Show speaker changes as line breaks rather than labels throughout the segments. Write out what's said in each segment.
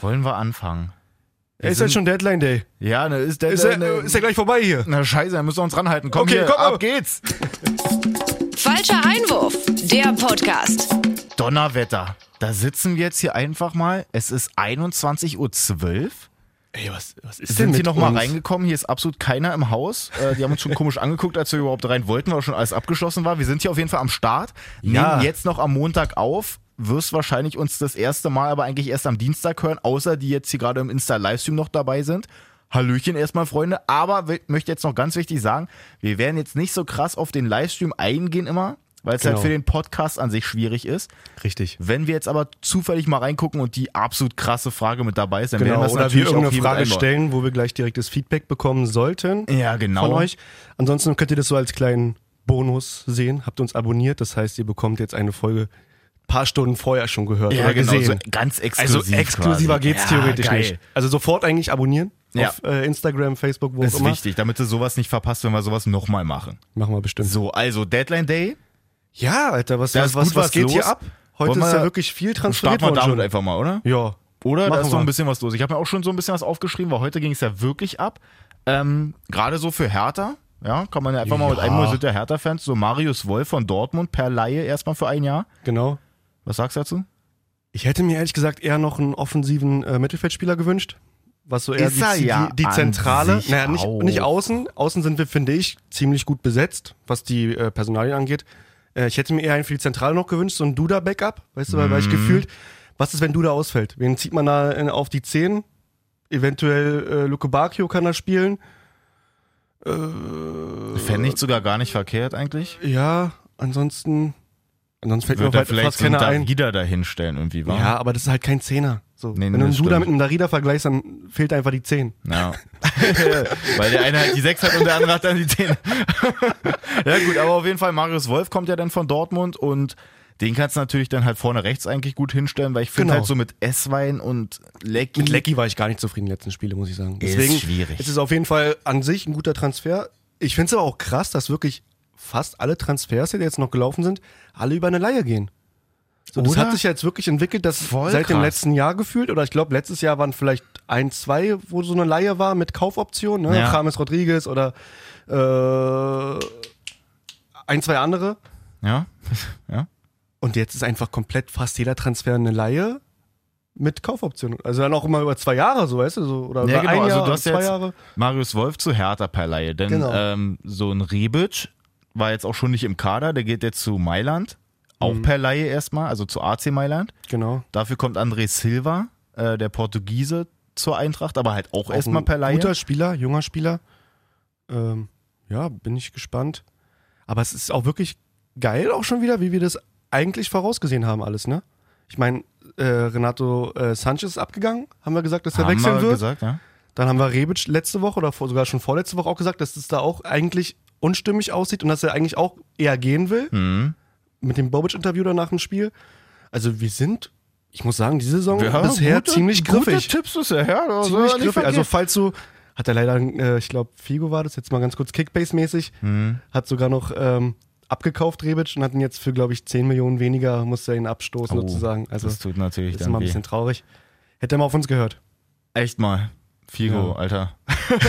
Wollen wir anfangen? Wir
Ist jetzt
sind-
schon Deadline Day.
Ja, ne, ist der.
Ist
der,
ja,
ne,
ist ja gleich vorbei hier.
na scheiße, da müssen wir uns ranhalten. Komm,
Okay,
hier,
komm,
ab
komm.
geht's.
Falscher Einwurf, der Podcast.
Donnerwetter. Da sitzen wir jetzt hier einfach mal. Es ist 21.12 Uhr.
Ey, was, was ist
Sind hier nochmal
uns?
reingekommen. Hier ist absolut keiner im Haus. Äh, die haben uns schon komisch angeguckt, als wir überhaupt rein wollten, weil auch schon alles abgeschlossen war. Wir sind hier auf jeden Fall am Start.
Ja.
Nehmen jetzt noch am Montag auf. Wirst wahrscheinlich uns das erste Mal, aber eigentlich erst am Dienstag hören, außer die jetzt hier gerade im Insta-Livestream noch dabei sind. Hallöchen erstmal, Freunde. Aber w- möchte jetzt noch ganz wichtig sagen, wir werden jetzt nicht so krass auf den Livestream eingehen immer, weil es
Genau.
halt für den Podcast an sich schwierig ist.
Richtig.
Wenn wir jetzt aber zufällig mal reingucken und die absolut krasse Frage mit dabei ist, dann werden
Genau,
wir es
oder wir
natürlich auch
irgendeine
hier mit
Frage
einbauen.
stellen, wo wir gleich direktes Feedback bekommen sollten
Ja, genau.
von euch. Ansonsten könnt ihr das so als kleinen Bonus sehen. Habt uns abonniert, das heißt, ihr bekommt jetzt eine Folge ein paar Stunden vorher schon gehört
Ja,
oder
genau,
gesehen.
so ganz exklusiv.
also exklusiver
quasi.
geht's
ja,
theoretisch
geil.
nicht. Also sofort eigentlich abonnieren
Ja.
auf äh, Instagram, Facebook, wo
Das
auch
ist
immer.
wichtig, damit du sowas nicht verpasst, wenn wir sowas nochmal machen.
Machen wir bestimmt.
So, also Deadline Day.
Ja, Alter, was,
Da ist
was, was,
gut
was
was
geht hier
los.
ab? Heute
Wollen
ist
wir-
ja wirklich viel
Starten
transferiert
wir
worden
damit
schon.
einfach mal, oder?
Ja.
Oder? da
Machen
ist so
wir.
ein bisschen was los. Ich habe mir auch schon so ein bisschen was aufgeschrieben, weil heute ging es ja wirklich ab. Ähm, Gerade so für Hertha. Ja, kann man ja einfach mal mit
Ja.
einem sind ja Hertha-Fans. So Marius Wolf von Dortmund per Laie erstmal für ein Jahr.
Genau.
Was sagst du dazu?
Ich hätte mir ehrlich gesagt eher noch einen offensiven äh, Mittelfeldspieler gewünscht. Was so eher
Ist
die,
er
die,
ja
die
an
zentrale.
sich
Naja, nicht,
auch.
nicht außen. Außen sind wir, finde ich, ziemlich gut besetzt, was die äh, Personalien angeht. Äh, ich hätte mir eher einen für die Zentrale noch gewünscht, so ein Duda-Backup, weißt du, weil,
Mhm.
weil ich gefühlt, was ist, wenn Duda ausfällt? Wen zieht man da in, auf die 10? Eventuell äh, Luke Bakio kann da spielen.
Fände ich sogar gar nicht verkehrt eigentlich.
Ja, ansonsten. Ansonsten fällt
Wird
mir
er
halt fast
vielleicht einen
keiner ein.
Davida dahinstellen irgendwie, wa?
Ja, aber das ist halt kein Zehner. So.
Nee, nee,
Wenn du einen
das
Duda
stimmt.
mit einem Darida vergleichst, dann fehlt einfach die 10.
Ja. Weil der eine halt die 6 hat und der andere hat dann die 10. ja, gut, aber auf jeden Fall, Marius Wolf kommt ja dann von Dortmund und den kannst du natürlich dann halt vorne rechts eigentlich gut hinstellen, weil ich finde
Genau.
halt so mit Esswein und Lecky.
Mit Lecky war ich gar nicht zufrieden die letzten Spiele, muss ich sagen.
Ist
Deswegen
schwierig.
Es ist auf jeden Fall an sich ein guter Transfer. Ich finde es aber auch krass, dass wirklich fast alle Transfers, die jetzt noch gelaufen sind, alle über eine Laie gehen. So, das
Oder?
hat sich jetzt wirklich entwickelt, das
Voll
seit dem
krass.
letzten Jahr gefühlt, oder ich glaube, letztes Jahr waren vielleicht ein, zwei, wo so eine Laie war mit Kaufoption, ne?
Ja.
James Rodriguez oder äh, ein, zwei andere.
Ja,
Und jetzt ist einfach komplett fast jeder Transfer eine Laie mit Kaufoption. Also dann auch immer über zwei Jahre, so weißt du, so, oder über
ja genau.
ein Jahr,
also du
oder
hast
zwei
jetzt
Jahre.
Marius Wolf zu Hertha per Laie, denn
Genau.
ähm, so ein Rebic war jetzt auch schon nicht im Kader, der geht jetzt zu Mailand, auch per Laie erstmal, also zu AC Mailand.
Genau.
Dafür kommt André Silva, äh, der Portugiese, zur Eintracht, aber halt auch, erstmal
Auch ein
per Laie.
Guter Spieler, junger Spieler. Ähm, ja, bin ich gespannt. Aber es ist auch wirklich geil auch schon wieder, wie wir das eigentlich vorausgesehen haben alles, ne? Ich meine, äh, Renato äh, Sanchez ist abgegangen, haben wir gesagt, dass er
Haben
wechseln
wir
wird.
gesagt, ja.
Dann haben wir Rebic letzte Woche oder vor, sogar schon vorletzte Woche auch gesagt, dass es da auch eigentlich unstimmig aussieht und dass er eigentlich auch eher gehen will.
Mhm.
Mit dem Bobic-Interview danach im Spiel. Also wir sind, ich muss sagen, diese Saison
Ja,
bisher
gute-
ziemlich griffig.
Gute Tipps bisher, ja.
ziemlich griffig. Also falls du, hat er leider, äh, ich glaube, Figo war das jetzt mal ganz kurz Kickbase-mäßig,
Mhm.
hat sogar noch ähm, abgekauft Rebic und hat ihn jetzt für, glaube ich, 10 Millionen weniger, musste er ihn abstoßen sozusagen. Also
Oh, das
das
tut natürlich
ist
dann
immer ein
weh.
bisschen traurig. Hätte er mal auf uns gehört.
Echt mal. Figo,
Ja.
Alter.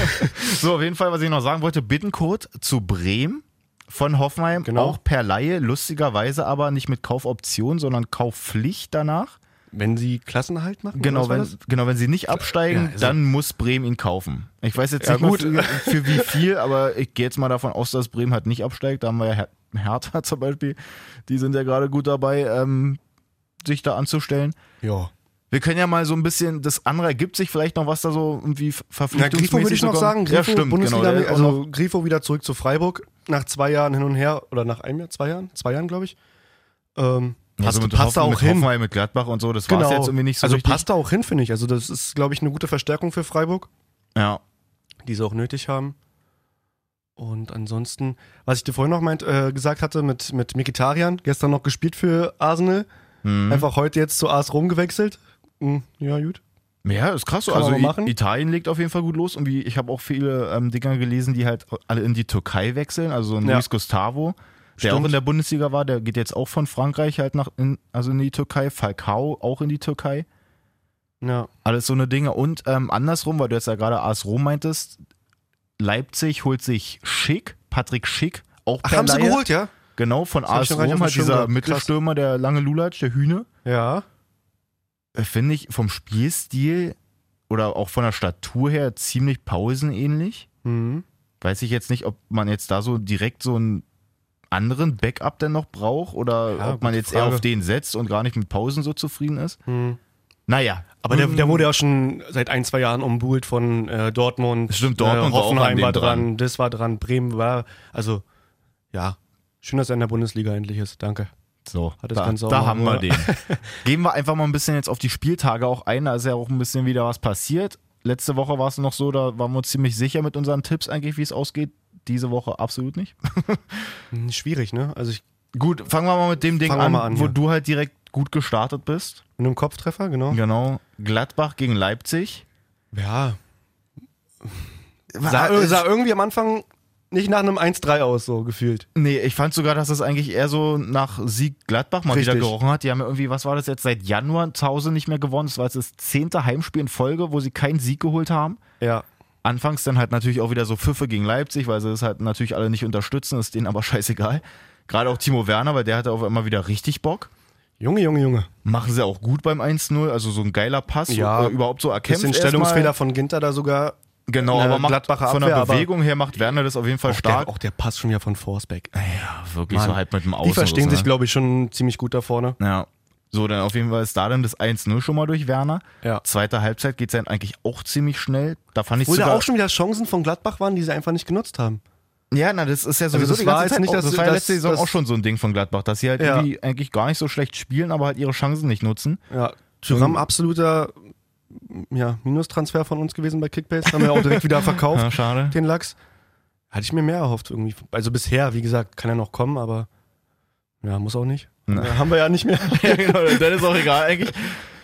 so, auf jeden Fall, was ich noch sagen wollte, Bittencode zu Bremen von Hoffenheim,
Genau.
auch per Laie, lustigerweise aber nicht mit Kaufoption, sondern Kaufpflicht danach.
Wenn sie Klassenerhalt machen?
Genau
was war
wenn,
das?
genau, wenn sie nicht absteigen,
Ja, also-
dann muss Bremen ihn kaufen. Ich weiß jetzt
Ja,
nicht mal
gut.
Für, für wie viel, aber ich gehe jetzt mal davon aus, dass Bremen halt nicht absteigt. Da haben wir ja Her Hertha zum Beispiel, die sind ja gerade gut dabei, ähm, sich da anzustellen.
Ja.
Wir können ja mal so ein bisschen, das andere ergibt sich vielleicht noch, was da so irgendwie
Na,
verpflichtungsmäßig
Grifo würde ich noch
kommt.
sagen. Grifo,
ja, stimmt, genau.
Bundesliga,
der ist auch noch-
also Grifo wieder zurück zu Freiburg. Nach zwei Jahren hin und her, oder nach einem Jahr, zwei Jahren, zwei Jahren, glaube ich. Ähm,
Ja,
passt
so mit
passt da
Hoffen-
auch hin.
Mit Hoffenheim, mit Gladbach und so, das war's jetzt irgendwie nicht so
also
richtig.
passt da auch hin, finde ich. Also das ist, glaube ich, eine gute Verstärkung für Freiburg,
Ja.
die sie auch nötig haben. Und ansonsten, was ich dir vorhin noch meint, äh, gesagt hatte mit, mit Mikitarian, gestern noch gespielt für Arsenal,
Mhm.
einfach heute jetzt zu AS Rom gewechselt. Hm, ja, gut.
Ja, ist krass. so.
Kann man
Also
mal machen.
I- Italien legt auf jeden Fall gut los und wie, ich habe auch viele ähm, Dinger gelesen, die halt alle in die Türkei wechseln. Also ein
Ja.
Luis Gustavo, der
Stimmt.
auch in der Bundesliga war, der geht jetzt auch von Frankreich halt nach in, also in die Türkei. Falcao auch in die Türkei.
Ja.
Alles so eine Dinge. Und ähm, andersrum, weil du jetzt ja gerade AS Rom meintest, Leipzig holt sich Schick, Patrick Schick, auch
Ach,
per
haben sie
Laie.
geholt, ja?
Genau, von
hab
AS
ich noch gar
Rom,
nicht auf dem
halt
Schirm
dieser
gehabt. Krass.
Mittelstürmer, der lange Lulatsch, der Hühne.
Ja.
Äh, Finde ich vom Spielstil oder auch von der Statur her ziemlich pausenähnlich.
Mhm.
Weiß ich jetzt nicht, ob man jetzt da so direkt so einen anderen Backup denn noch braucht oder
Ja,
ob man
gute
jetzt eher
Frage.
auf den setzt und gar nicht mit Pausen so zufrieden ist.
Mhm.
Naja,
Aber der,
Hm.
der wurde ja schon seit ein, zwei Jahren umbuhlt von äh, Dortmund.
Stimmt, Dortmund
äh,
war auch an
Hoffenheim
dem
war
dran.
dran, das war dran, Bremen war. Also, ja. Schön, dass er in der Bundesliga endlich ist. Danke.
So,
Hat das
da,
Ganze auch
da
noch
haben wir
Ruhe.
den. Gehen wir einfach mal ein bisschen jetzt auf die Spieltage auch ein. Da ist ja auch ein bisschen wieder was passiert. Letzte Woche war es noch so, da waren wir uns ziemlich sicher mit unseren Tipps eigentlich, wie es ausgeht. Diese Woche absolut nicht.
Hm, Schwierig, ne? Also, ich,
Gut, fangen wir mal mit dem Ding
Fangen wir
an,
mal an,
wo
ja.
du halt direkt gut gestartet bist.
mit einem Kopftreffer, genau.
Genau. Gladbach gegen Leipzig.
Ja. Sah, sah irgendwie am Anfang nicht nach einem 1-3 aus, so gefühlt.
Nee, ich fand sogar, dass das eigentlich eher so nach Sieg Gladbach mal wieder
Richtig.
gerochen hat. Die haben ja irgendwie, was war das jetzt, seit Januar zu Hause nicht mehr gewonnen. Das war jetzt das zehnte Heimspiel in Folge, wo sie keinen Sieg geholt haben.
Ja.
Anfangs dann halt natürlich auch wieder so Pfiffe gegen Leipzig, weil sie das halt natürlich alle nicht unterstützen, ist denen aber scheißegal. Gerade auch Timo Werner, weil der hatte auf einmal wieder richtig Bock.
Junge, Junge, Junge.
Machen sie auch gut beim 1-0, also so ein geiler Pass,
Ja.
so, äh, überhaupt so erkämpft.
Bisschen Stellungsfehler von Ginter da sogar.
Genau,
eine
aber macht,
Gladbacher
von der
Abwehr, aber-
Bewegung her macht Werner das auf jeden Fall
Auch der,
stark.
auch der Pass schon wieder von Forsbeck.
wirklich
Mann.
so halt mit dem Außen.
Die verstehen
so,
sich, glaube ich, schon ziemlich gut da vorne.
Ja. So, dann auf jeden Fall ist da dann das 1-0 schon mal durch Werner.
Ja.
Zweite Halbzeit geht es dann eigentlich auch ziemlich schnell. Da fand ich
Wo da
sogar,
auch schon wieder Chancen von Gladbach waren, die sie einfach nicht genutzt haben.
Ja, na, das ist ja sowieso
Also das
die
war
ganze
jetzt
Zeit
nicht,
auch,
dass-
das war ja
dass-
letzte Saison
dass-
auch schon so ein Ding von Gladbach, dass sie halt
Ja.
irgendwie eigentlich gar nicht so schlecht spielen, aber halt ihre Chancen nicht nutzen.
Ja. Thuram, absoluter ja, Minustransfer von uns gewesen bei Kickbase. Haben wir auch direkt wieder verkauft,
schade.
den Lachs. Hatte ich mir mehr erhofft irgendwie. Also bisher, wie gesagt, kann er noch kommen, aber ja, muss auch nicht. Ja, haben wir ja nicht mehr.
ja, genau, dann ist auch egal eigentlich.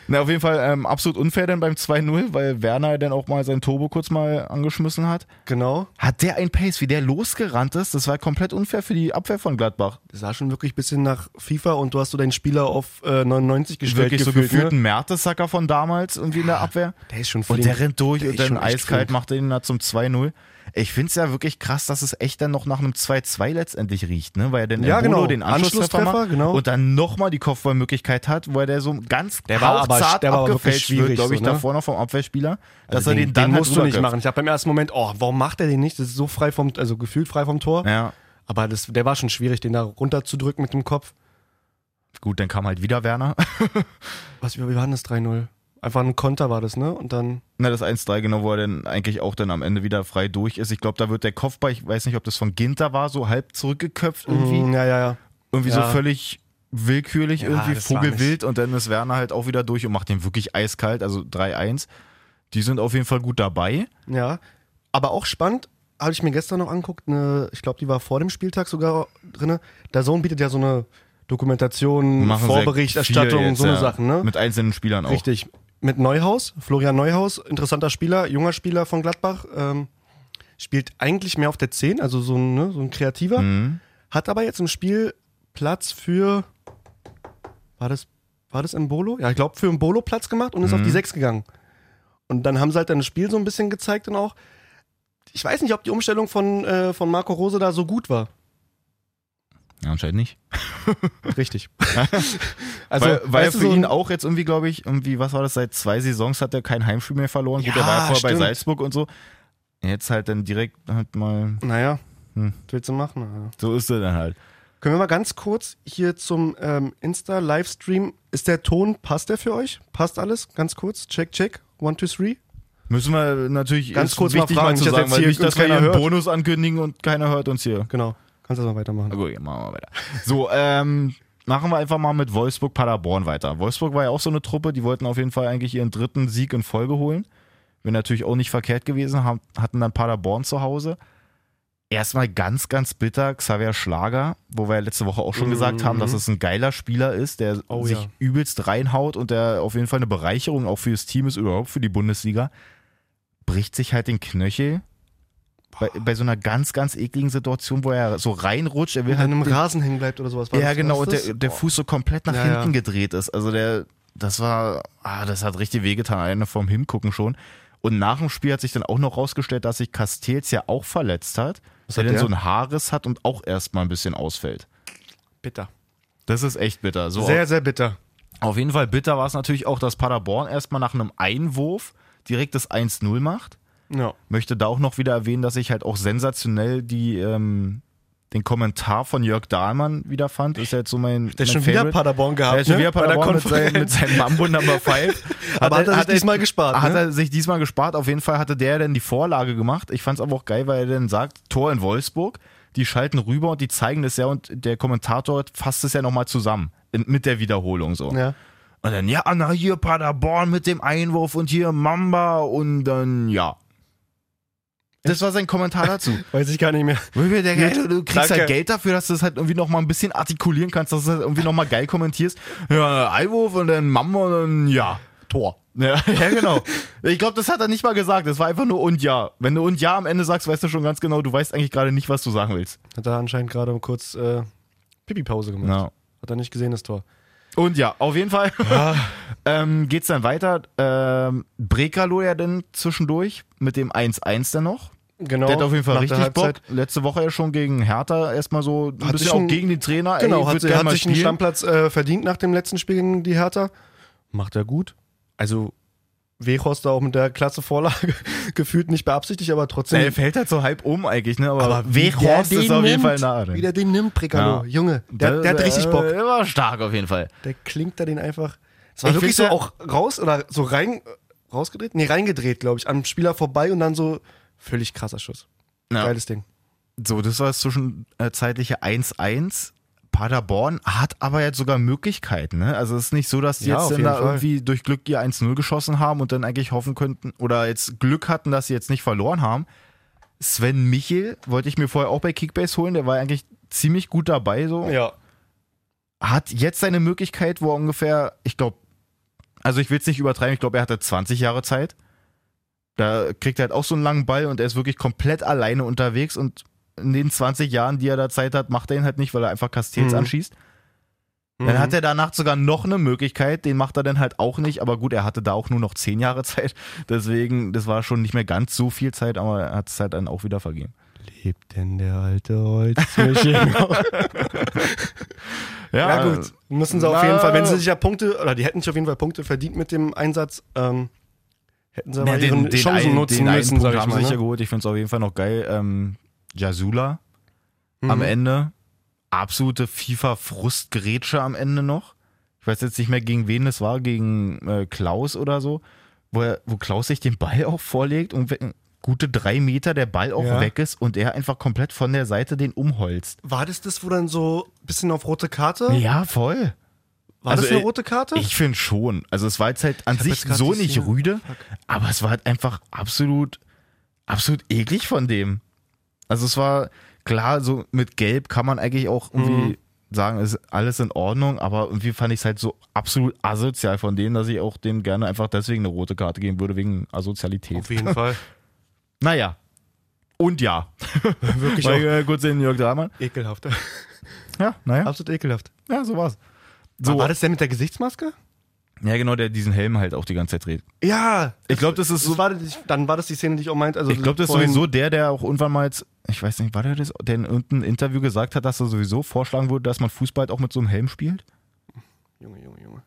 Na, auf jeden Fall ähm, absolut unfair dann beim 2-0, weil Werner dann auch mal sein Turbo kurz mal angeschmissen hat.
genau.
Hat der ein Pace, wie der losgerannt ist, das war komplett unfair für die Abwehr von Gladbach.
Das sah schon wirklich ein bisschen nach FIFA und du hast so deinen Spieler auf äh, 99 gestellt.
Wirklich so
gefühlt,
gefühlt
ne?
ein Mertesacker von damals irgendwie in der Abwehr.
Der ist schon
Und
flink.
der rennt durch
Der
und
ist
dann
schon echt
eiskalt
flink.
macht er ihn da zum 2-0. Ich finde es ja wirklich krass, dass es echt dann noch nach einem 2-2 letztendlich riecht, ne? Weil er dann
Ja,
Embolo
genau.
den Anschlusstreffer
Anschlusstreffer,
macht
genau.
und dann nochmal die Kopfballmöglichkeit hat, wo er der so ganz
Der war aber-
hauchzart
der war aber wirklich
abgefälscht wird,
schwierig
glaube ich,
so, ne?
davor noch vom Abwehrspieler, dass
Also
er den, dann halt
musst du nicht
rüberköpft.
machen. Ich habe beim ersten Moment, oh, warum macht er den nicht? Das ist so frei vom, also gefühlt frei vom Tor.
Ja,
Aber das, der war schon schwierig, den da runterzudrücken mit dem Kopf.
gut, dann kam halt wieder Werner.
Was, wie wie war denn das 3-0? Einfach ein Konter war das, ne? Und dann,
Na, das 1-3, genau, wo er dann eigentlich auch dann am Ende wieder frei durch ist. Ich glaube, da wird der Kopfball, ich weiß nicht, ob das von Ginter war, so halb zurückgeköpft irgendwie.
Mm, ja, ja, ja.
irgendwie so
Ja.
völlig willkürlich,
Ja,
irgendwie
das war nicht-
vogelwild und dann ist Werner halt auch wieder durch und macht den wirklich eiskalt, also 3-1. Die sind auf jeden Fall gut dabei.
Ja. Aber auch spannend, habe ich mir gestern noch anguckt, ne, ich glaube, die war vor dem Spieltag sogar drin. Der Sohn bietet ja so eine Dokumentation,
Machen sehr
Vorberichterstattung,
viel jetzt,
so eine
ja.
Sachen, ne?
Mit einzelnen Spielern auch.
Richtig. Mit Neuhaus, Florian Neuhaus, interessanter Spieler, junger Spieler von Gladbach, ähm, spielt eigentlich mehr auf der 10, also so ein, ne, so ein Kreativer,
Mhm.
hat aber jetzt im Spiel Platz für, war das, war das Mbolo? Ja, ich glaube für Mbolo Platz gemacht und ist
Mhm.
auf die 6 gegangen. Und dann haben sie halt dann das Spiel so ein bisschen gezeigt und auch, ich weiß nicht, ob die Umstellung von, äh, von Marco Rose da so gut war.
Ja, anscheinend nicht.
Richtig.
Also, weil weil
weißt du,
für
so
ihn
ein-
auch jetzt irgendwie, glaube ich, irgendwie, was war das, seit zwei Saisons hat er kein Heimspiel mehr verloren. Gut,
Ja,
er war ja vorher bei
stimmt.
Salzburg und so. Jetzt halt dann direkt halt mal,
Naja,
Hm.
was willst du machen? Alter?
so ist er dann halt.
Können wir mal ganz kurz hier zum ähm, Insta-Livestream. Ist der Ton, passt der für euch? Passt alles? Ganz kurz. Check, check. One, two, three.
Müssen wir natürlich
Ganz
ist
kurz mal
wichtig
fragen,
zu
nicht, dass
sagen,
jetzt
weil
hier
nicht, dass
uns
wir hier
keiner
einen
hört.
Bonus ankündigen und keiner hört uns hier.
Genau. Kannst du das mal weitermachen.
Na Gut, ja, machen wir weiter. So, ähm, machen wir einfach mal mit Wolfsburg-Paderborn weiter. Wolfsburg war ja auch so eine Truppe, die wollten auf jeden Fall eigentlich ihren dritten Sieg in Folge holen. Wäre natürlich auch nicht verkehrt gewesen, haben, hatten dann Paderborn zu Hause. Erstmal ganz, ganz bitter Xavier Schlager, wo wir ja letzte Woche auch schon gesagt haben, dass es ein geiler Spieler ist, der
Mhm. Oh
sich
ja.
übelst reinhaut und der auf jeden Fall eine Bereicherung auch fürs Team ist, überhaupt für die Bundesliga. Bricht sich halt den Knöchel bei, bei so einer ganz, ganz ekligen Situation, wo er so reinrutscht. Er will
Mit
halt
einem
den,
Rasen hängen bleibt oder sowas. War
ja,
das-
genau,
was
und
ist
der, der
das?
Fuß so komplett nach
Ja,
hinten
ja.
gedreht ist. Also der Das war, ah, das hat richtig wehgetan, eine vom Hingucken schon. Und nach dem Spiel hat sich dann auch noch rausgestellt, dass sich Castells ja auch verletzt hat, der
hat
dann
der?
so ein Haares hat und auch erstmal ein bisschen ausfällt.
Bitter.
Das ist echt bitter. So
Sehr, sehr bitter.
Auf jeden Fall bitter war es natürlich auch, dass Paderborn erstmal nach einem Einwurf direkt das 1-0 macht.
Ja.
Möchte da auch noch wieder erwähnen, dass ich halt auch sensationell die, ähm, den Kommentar von Jörg Dahlmann wieder fand. Ist ja jetzt so mein.
Der
mein
ist schon wieder
Favorite.
Paderborn gehabt.
Der ist schon
ne?
wieder
Bei der
Paderborn mit,
Konferenz.
seinem- mit seinem Mambo Number 5.
Aber hat er sich diesmal gespart,
Hat
ne?
er sich diesmal gespart. Auf jeden Fall hatte der denn die Vorlage gemacht. Ich fand es aber auch geil, weil er dann sagt, Tor in Wolfsburg. Die schalten rüber und die zeigen das ja und der Kommentator fasst es ja nochmal zusammen. In, mit der Wiederholung so.
Ja.
Und dann, ja, na hier Paderborn mit dem Einwurf und hier Mamba und dann, ja. Das war sein Kommentar dazu.
Weiß ich gar nicht mehr.
Wo ich mir denke, ey, du, du kriegst
Danke.
halt Geld dafür, dass du das halt irgendwie nochmal ein bisschen artikulieren kannst, dass du das halt irgendwie nochmal geil kommentierst. Ja, Einwurf und dann Mamba und dann, ja, Tor. Ja, ja genau. Ich glaube, das hat er nicht mal gesagt. Das war einfach nur und ja. Wenn du und ja am Ende sagst, weißt du schon ganz genau, du weißt eigentlich gerade nicht, was du sagen willst.
Hat er anscheinend gerade kurz äh, Pipi-Pause gemacht.
Ja.
Hat er nicht gesehen, das Tor.
Und ja, auf jeden Fall ähm, geht's dann weiter. Ähm, Brekalo ja dann zwischendurch mit dem 1-1 dann noch.
Genau.
Der hat auf jeden Fall
nach der
richtig Bock.
Halbzeit.
Letzte Woche ja schon gegen Hertha erstmal so ein
Hat
bisschen
sich
auch
ein-
gegen den Trainer.
Genau,
ey,
hat,
ich würd gern
hat
mal
sich einen
spielen.
Stammplatz äh, verdient nach dem letzten Spiel gegen die Hertha. Macht er gut. Also Wehorst da auch mit der klasse Vorlage gefühlt nicht beabsichtigt, aber trotzdem.
Na, Er fällt halt so halb um eigentlich, ne? Aber,
Aber wie
Weghorst
der
ist
den
auf jeden
nimmt.
Fall nah. dran.
Wie der den nimmt,
Ja.
Pricalo.
äh,
Junge, der, der hat richtig Bock.
Der war stark auf jeden Fall.
Der klingt da den einfach.
Ich
Es war
find,
wirklich so
der-
auch raus oder so rein rausgedreht? Nee, reingedreht, glaube ich. Am Spieler vorbei und dann so völlig krasser Schuss.
Ja.
Geiles Ding.
So, das war äh, das zwischenzeitliche 1-1. Paderborn hat aber jetzt sogar Möglichkeiten. Ne? Also es ist nicht so, dass die
Ja,
jetzt
auf
dann
jeden
da
Fall.
irgendwie durch Glück ihr 1-0 geschossen haben und dann eigentlich hoffen könnten oder jetzt Glück hatten, dass sie jetzt nicht verloren haben. Sven Michel wollte ich mir vorher auch bei Kickbase holen. Der war eigentlich ziemlich gut dabei. So.
Ja.
Hat jetzt seine Möglichkeit, wo er ungefähr, ich glaube, also ich will es nicht übertreiben, ich glaube, er hatte 20 Jahre Zeit. Da kriegt er halt auch so einen langen Ball und er ist wirklich komplett alleine unterwegs und in den 20 Jahren, die er da Zeit hat, macht er ihn halt nicht, weil er einfach Castells
Mhm.
anschießt. Dann hat er danach sogar noch eine Möglichkeit, den macht er dann halt auch nicht, aber gut, er hatte da auch nur noch 10 Jahre Zeit, deswegen, das war schon nicht mehr ganz so viel Zeit, aber er hat es halt dann auch wieder vergeben.
Lebt Hm. denn der alte Holzmischchen? ja, also gut. Müssen sie auf
Na.
jeden Fall, wenn sie sich ja Punkte, oder die hätten sich auf jeden Fall Punkte verdient mit dem Einsatz, ähm, hätten sie aber
Ja,
ihren Chancen
einen-
nutzen
den einen
müssen,
Punkt
sag ich
haben
mal.
sie sich ja
Ne?
geholt. Ich finde es auf jeden Fall noch geil. Ähm, Jasula am
Mhm.
Ende. Absolute FIFA-Frustgrätsche am Ende noch. Ich weiß jetzt nicht mehr, gegen wen es war, gegen äh, Klaus oder so, wo, er, wo Klaus sich den Ball auch vorlegt und we- gute drei Meter der Ball auch
Ja.
weg ist und er einfach komplett von der Seite den umholzt.
War das das, wo dann so ein bisschen auf rote Karte?
Ja, voll.
War
Also,
das eine
äh,
rote Karte?
Ich finde schon. Also es war jetzt halt an
hab
sich
jetzt grad
so
die
nicht
Szene-
rüde,
Fuck.
aber es war halt einfach absolut, absolut eklig von dem. Also es war klar, so mit Gelb kann man eigentlich auch irgendwie
Mhm.
sagen, ist alles in Ordnung, aber irgendwie fand ich es halt so absolut asozial von dem, dass ich auch dem gerne einfach deswegen eine rote Karte geben würde, wegen Asozialität.
auf jeden Fall.
Naja. Und ja.
Wirklich
Mal
auch
äh, kurz den Jörg Dahlmann.
ekelhaft.
Ja, naja.
Absolut ekelhaft.
Ja, so war's.
So.
So.
Also- War das der mit der Gesichtsmaske?
Ja, genau, der diesen Helm halt auch die ganze Zeit dreht.
Ja.
Ich glaube, das ist so
Das war, das- dann war das die Szene, die ich auch meinte. Also
Ich glaube, das ist
vorhin-
sowieso der, der auch irgendwann mal jetzt, ich weiß nicht, war der das, der in irgendeinem Interview gesagt hat, dass er sowieso vorschlagen würde, dass man Fußball halt auch mit so einem Helm spielt.
Junge, Junge, Junge.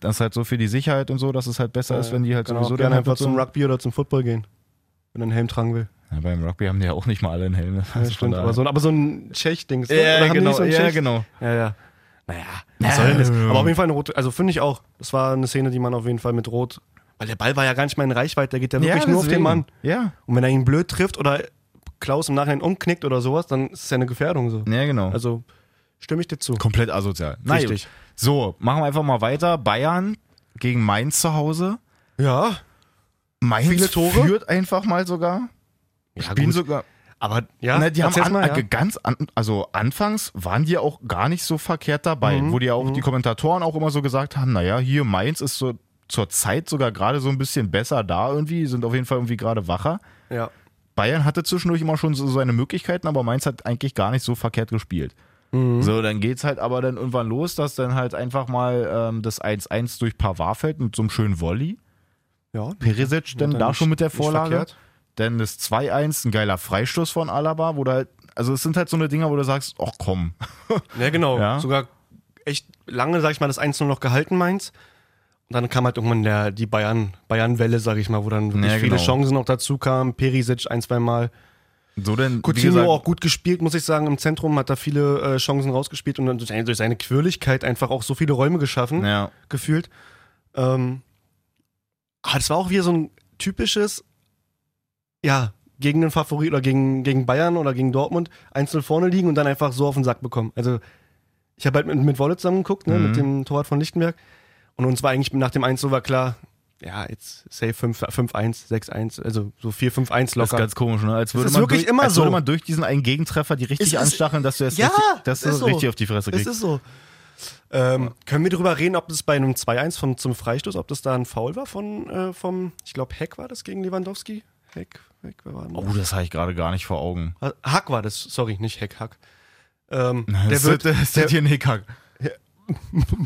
Das ist halt so für die Sicherheit und so, dass es halt besser ist, wenn die halt
Kann
sowieso
auch Genau,
dann
gerne
halt
einfach
mit so
zum
einem-
Rugby oder zum Football gehen, wenn er einen Helm tragen will.
Ja, beim Rugby haben die ja auch nicht mal alle einen Helm. Also
Das
von
stimmt.
daher-
Aber so, aber so ein Tschech-Ding. ist- oder
ja,
haben die
genau,
nicht so ein
ja,
Tschech?
genau.
Ja, ja. Naja, was soll denn das?
Ähm.
Aber auf jeden Fall eine rote, also finde ich auch. Das war eine Szene, die man auf jeden Fall mit rot, weil der Ball war ja gar nicht mehr in Reichweite, der geht ja wirklich nur auf den
deswegen.
Mann.
Ja,
Und wenn er ihn blöd trifft oder Klaus im Nachhinein umknickt oder sowas, dann ist es ja eine Gefährdung so.
ja, genau.
Also stimme ich dir zu.
komplett asozial. Na gut.
Richtig.
So, machen wir einfach mal weiter. Bayern gegen Mainz zu Hause.
Ja.
Mainz
Viele Tore?
führt einfach mal sogar. Spielen sogar
Aber ja,
Na, die haben
erzähl's
an,
mal,
äh,
ja.
ganz an, also anfangs waren die auch gar nicht so verkehrt dabei,
Mhm.
wo die ja auch die Kommentatoren auch immer so gesagt haben, naja, hier Mainz ist so zur Zeit sogar gerade so ein bisschen besser da irgendwie, sind auf jeden Fall irgendwie gerade wacher.
ja.
Bayern hatte zwischendurch immer schon so seine Möglichkeiten, aber Mainz hat eigentlich gar nicht so verkehrt gespielt.
Mhm.
So, dann geht's halt aber dann irgendwann los, dass dann halt einfach mal ähm, das 1-1 durch Pavard fällt mit so einem schönen Volley.
Ja.
Peresic dann
dann
da
nicht-
schon mit der
nicht
Vorlage.
verkehrt.
Dann das 2-1, ein geiler Freistoß von Alaba, wo du halt, also es sind halt so eine Dinger, wo du sagst, ach komm.
Ja, genau.
Ja.
Sogar echt lange, sag ich mal, das 1-0 noch gehalten, Mainz. Und dann kam halt irgendwann der, die Bayern- Bayern-Welle, sag ich mal, wo dann wirklich
Ja,
viele
genau.
Chancen noch dazu kamen. Perisic ein, zweimal.
So denn, wie
Coutinho
gesagt,
auch gut gespielt, muss ich sagen. Im Zentrum hat er viele äh, Chancen rausgespielt und dann durch seine, durch seine Quirligkeit einfach auch so viele Räume geschaffen,
ja,
gefühlt. Ähm, ah, das war auch wieder so ein typisches, ja, gegen den Favorit oder gegen, gegen Bayern oder gegen Dortmund einzeln vorne liegen und dann einfach so auf den Sack bekommen. Also, ich habe halt mit, mit Wolle zusammengeguckt, ne,
Mhm.
mit dem Torwart von Lichtenberg. Und uns war eigentlich nach dem 1 so war klar, ja, jetzt safe 5 5-1, 6-1, also so 4-5-1
das ist
locker.
ganz komisch, ne? Als würde,
ist
man
wirklich
durch,
immer
als würde
so.
man durch diesen einen Gegentreffer die richtig
Es ist-
anstacheln, dass du jetzt
Ja,
richtig, dass du
ist so.
richtig auf die Fresse
Es
kriegst.
ist so. Ähm, können wir darüber reden, ob das bei einem 2-1 vom, zum Freistoß, ob das da ein Foul war von äh, vom, ich glaube, Heck war das gegen Lewandowski? Heck, Heck, wer war denn?
oh, das habe ich gerade gar nicht vor Augen.
das? äh, Hack war das, sorry, nicht Heck, Hack. Ähm, der
Das
wird,
das ist
der,
hier ein Hickhack.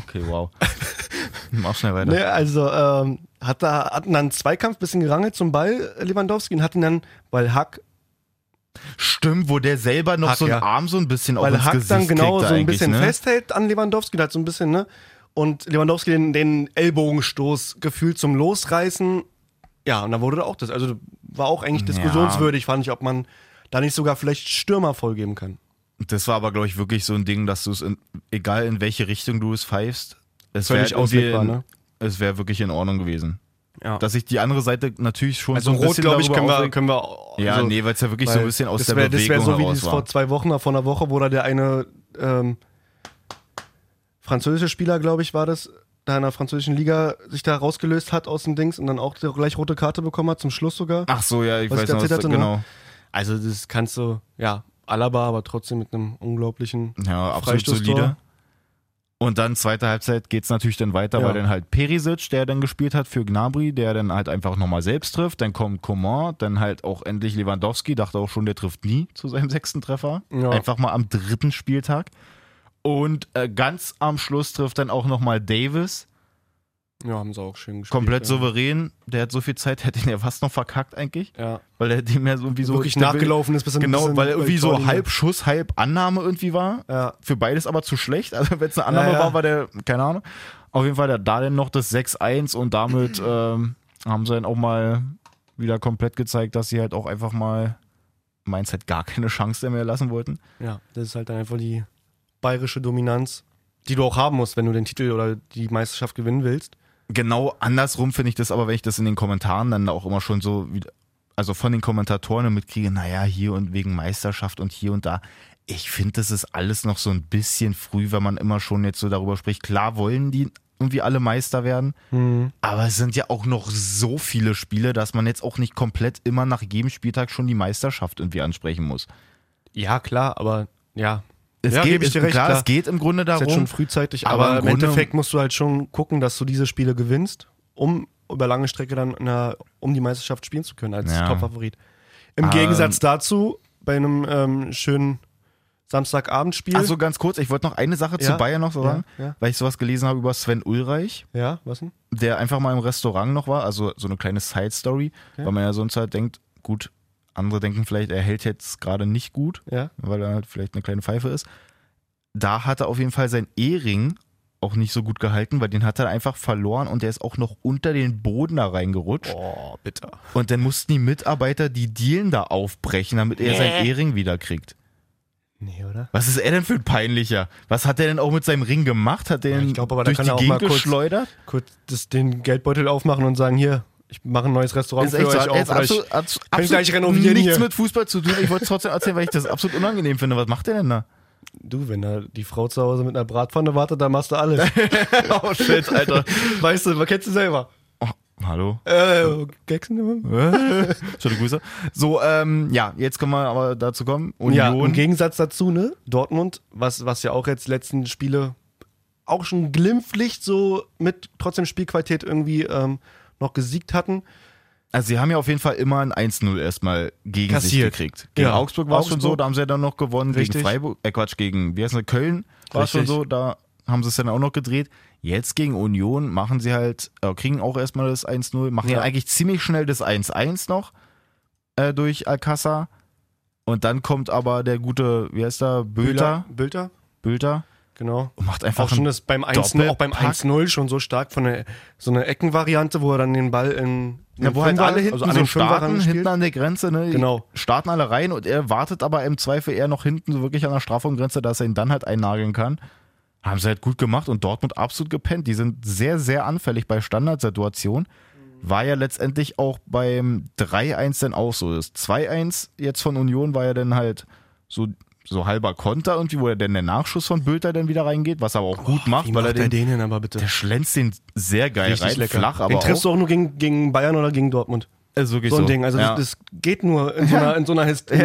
Okay, wow. Mach schnell weiter.
ne, also ähm, hat da hat dann einen Zweikampf bisschen gerangelt zum Ball äh, Lewandowski und hat ihn dann, weil Hack,
Stimmt, wo der selber noch
Hack,
so einen
ja.
Arm so ein bisschen auf
weil
ins
Hack
Gesicht
dann
kriegt
genau so
da
ein
eigentlich,
bisschen
ne?
festhält an Lewandowski, da hat so ein bisschen ne und Lewandowski den, den Ellbogenstoß gefühlt zum Losreißen Ja, und da wurde da auch das. Also war auch eigentlich diskussionswürdig, fand ich, ob man da nicht sogar vielleicht Stürmer vollgeben kann.
Das war aber, glaube ich, wirklich so ein Ding, dass du es, in, egal in welche Richtung du es pfeifst, es wäre
Völlig auslegbar, ne?
Es wäre wirklich in Ordnung gewesen.
Ja.
Dass ich die andere Seite natürlich schon
Also
so ein
rot,
bisschen
glaube ich, können
darüber
wir,
aufreg-
können wir.
Ja,
also,
nee, weil es ja wirklich so ein
weil
bisschen aus
das
der
wär-
Bewegung
Das wäre so wie
heraus
dieses
war.
vor zwei Wochen oder vor einer Woche, wo da der eine ähm, französische Spieler, glaube ich, war das, da in der französischen Liga sich da rausgelöst hat aus dem Dings und dann auch gleich rote Karte bekommen hat, zum Schluss sogar.
Ach so, ja, ich
Was
weiß
ich
noch, was,
erzählt hatte, ne?
genau.
Also das kannst du, ja, Alaba, aber trotzdem mit einem unglaublichen
Ja, absolut
Freistoßtor.
solide. Und dann zweite Halbzeit geht's natürlich dann weiter,
Ja.
weil dann halt Perisic, der dann gespielt hat für Gnabry, der dann halt einfach nochmal selbst trifft, dann kommt Coman, dann halt auch endlich Lewandowski, dachte auch schon, der trifft nie zu seinem sechsten Treffer.
Ja.
Einfach mal am dritten Spieltag. Und äh, ganz am Schluss trifft dann auch nochmal Davis,
Ja, haben sie auch schön gespielt.
komplett
ja.
souverän. Der hat so viel Zeit, hätte ihn ja fast noch verkackt eigentlich,
Ja.
weil er dem ja so irgendwie so
wirklich nachgelaufen ist bis in
Genau,
bis in-
weil er irgendwie so
Torlinie.
halb Schuss, halb Annahme irgendwie war.
Ja.
Für beides aber zu schlecht. Also wenn es eine Annahme
Ja, ja.
war, war der, keine Ahnung. Auf jeden Fall hat er da dann noch das 6-1 und damit ähm, haben sie dann auch mal wieder komplett gezeigt, dass sie halt auch einfach mal Mainz halt gar keine Chance mehr lassen wollten.
Ja, das ist halt dann einfach die bayerische Dominanz, die du auch haben musst, wenn du den Titel oder die Meisterschaft gewinnen willst.
Genau andersrum finde ich das aber, wenn ich das in den Kommentaren dann auch immer schon so, wie, also von den Kommentatoren mitkriege, naja, hier und wegen Meisterschaft und hier und da. Ich finde, das ist alles noch so ein bisschen früh, wenn man immer schon jetzt so darüber spricht. Klar wollen die irgendwie alle Meister werden,
Mhm.
aber es sind ja auch noch so viele Spiele, dass man jetzt auch nicht komplett immer nach jedem Spieltag schon die Meisterschaft irgendwie ansprechen muss.
Ja, klar, aber ja.
Es
ja,
geht,
geb ich dir recht,
klar,
klar.
es geht im Grunde
ist jetzt
darum,
schon frühzeitig,
aber
aber,
im
im,
Grunde-
Endeffekt musst du halt schon gucken, dass du diese Spiele gewinnst, um über lange Strecke dann in der, um die Meisterschaft spielen zu können als
Ja.
Topfavorit. Im
Ähm.
Gegensatz dazu, bei einem ähm, schönen Samstagabendspiel.
Ach so, ganz kurz, ich wollte noch eine Sache zu
Ja,
Bayern noch sagen,
ja, ja.
weil ich sowas gelesen habe über Sven Ulreich,
ja, was denn?
der einfach mal im Restaurant noch war, also so eine kleine Side-Story, weil man ja sonst halt denkt, gut, andere denken vielleicht, er hält jetzt gerade nicht gut,
Ja.
weil er halt vielleicht eine kleine Pfeife ist. Da hat er auf jeden Fall seinen Ehering auch nicht so gut gehalten, weil den hat er einfach verloren und der ist auch noch unter den Boden da reingerutscht.
Oh, bitter.
Und dann mussten die Mitarbeiter die Dielen da aufbrechen, damit er seinen Ehering wiederkriegt.
Nee, oder?
Was ist er denn für ein peinlicher? Was hat er denn auch mit seinem Ring gemacht? Hat er
ich
ihn
glaub, aber da
durch
kann
die
er auch
Gegend
mal kurz-
geschleudert?
kurz das, den Geldbeutel aufmachen und sagen, hier, ich mache ein neues Restaurant
Ist
für
echt so,
euch
hat
auf.
jetzt
Oder ich,
absolut, abs-
ich
absolut
gleich renovieren
nichts
hier.
mit Fußball zu tun. Ich wollte es trotzdem erzählen, weil ich das absolut unangenehm finde. Was macht der denn da?
du, wenn da die Frau zu Hause mit einer Bratpfanne wartet, dann machst du alles.
Oh shit, Alter.
weißt du, kennst du selber.
Oh, Hallo.
Äh, Gexen?
Schöne Grüße. So, ähm, ja, jetzt können wir aber dazu kommen. Union.
Ja, im Gegensatz dazu, ne? Dortmund, was, was ja auch jetzt letzten Spiele auch schon glimpflich so mit trotzdem Spielqualität irgendwie ähm, noch gesiegt hatten.
Also sie haben ja auf jeden Fall immer ein 1-0 erstmal gegen
Kassiert.
sich gekriegt. Gegen
Ja.
Augsburg war es schon
Augsburg.
so, da haben sie ja dann noch gewonnen.
Richtig.
Gegen Freiburg, äh Quatsch, gegen, wie heißt das, Köln war es schon
Richtig.
so, da haben sie es dann auch noch gedreht. Jetzt gegen Union machen sie halt, äh, kriegen auch erstmal das 1-0, machen
Ja.
ja. eigentlich ziemlich schnell das 1-1 noch äh, durch Alcázar. Und dann kommt aber der gute, wie heißt der, Bülter,
Bülter,
Bülter
genau.
und macht einfach
Auch schon
einen
das beim 1-0, auch beim
Doppelpack.
1-0 schon so stark von der, so einer Eckenvariante, wo er dann den Ball in, in
Ja,
den
wo halt
Fünfer-
alle hinten
also an
so
den Fünfer
starten,
rangespielt.
hinten an der Grenze, ne? Die
Genau.
Starten alle rein und er wartet aber im Zweifel eher noch hinten, so wirklich an der Strafraumgrenze, dass er ihn dann halt einnageln kann. Haben sie halt gut gemacht und Dortmund absolut gepennt. Die sind sehr, sehr anfällig bei Standardsituationen. War ja letztendlich auch beim 3-1 dann auch so. Das 2-1 jetzt von Union war ja dann halt so, so halber Konter irgendwie, wo er dann der Nachschuss von Bülter dann wieder reingeht, was er aber auch gut macht,
Wie
weil er den,
den hin, aber bitte?
der schlänzt den sehr geil rein, flach, aber
den
auch,
triffst du auch nur gegen, gegen Bayern oder gegen Dortmund.
also wirklich
So ein Ding. Also
ja.
das, das geht nur in so einer, in so einer Hist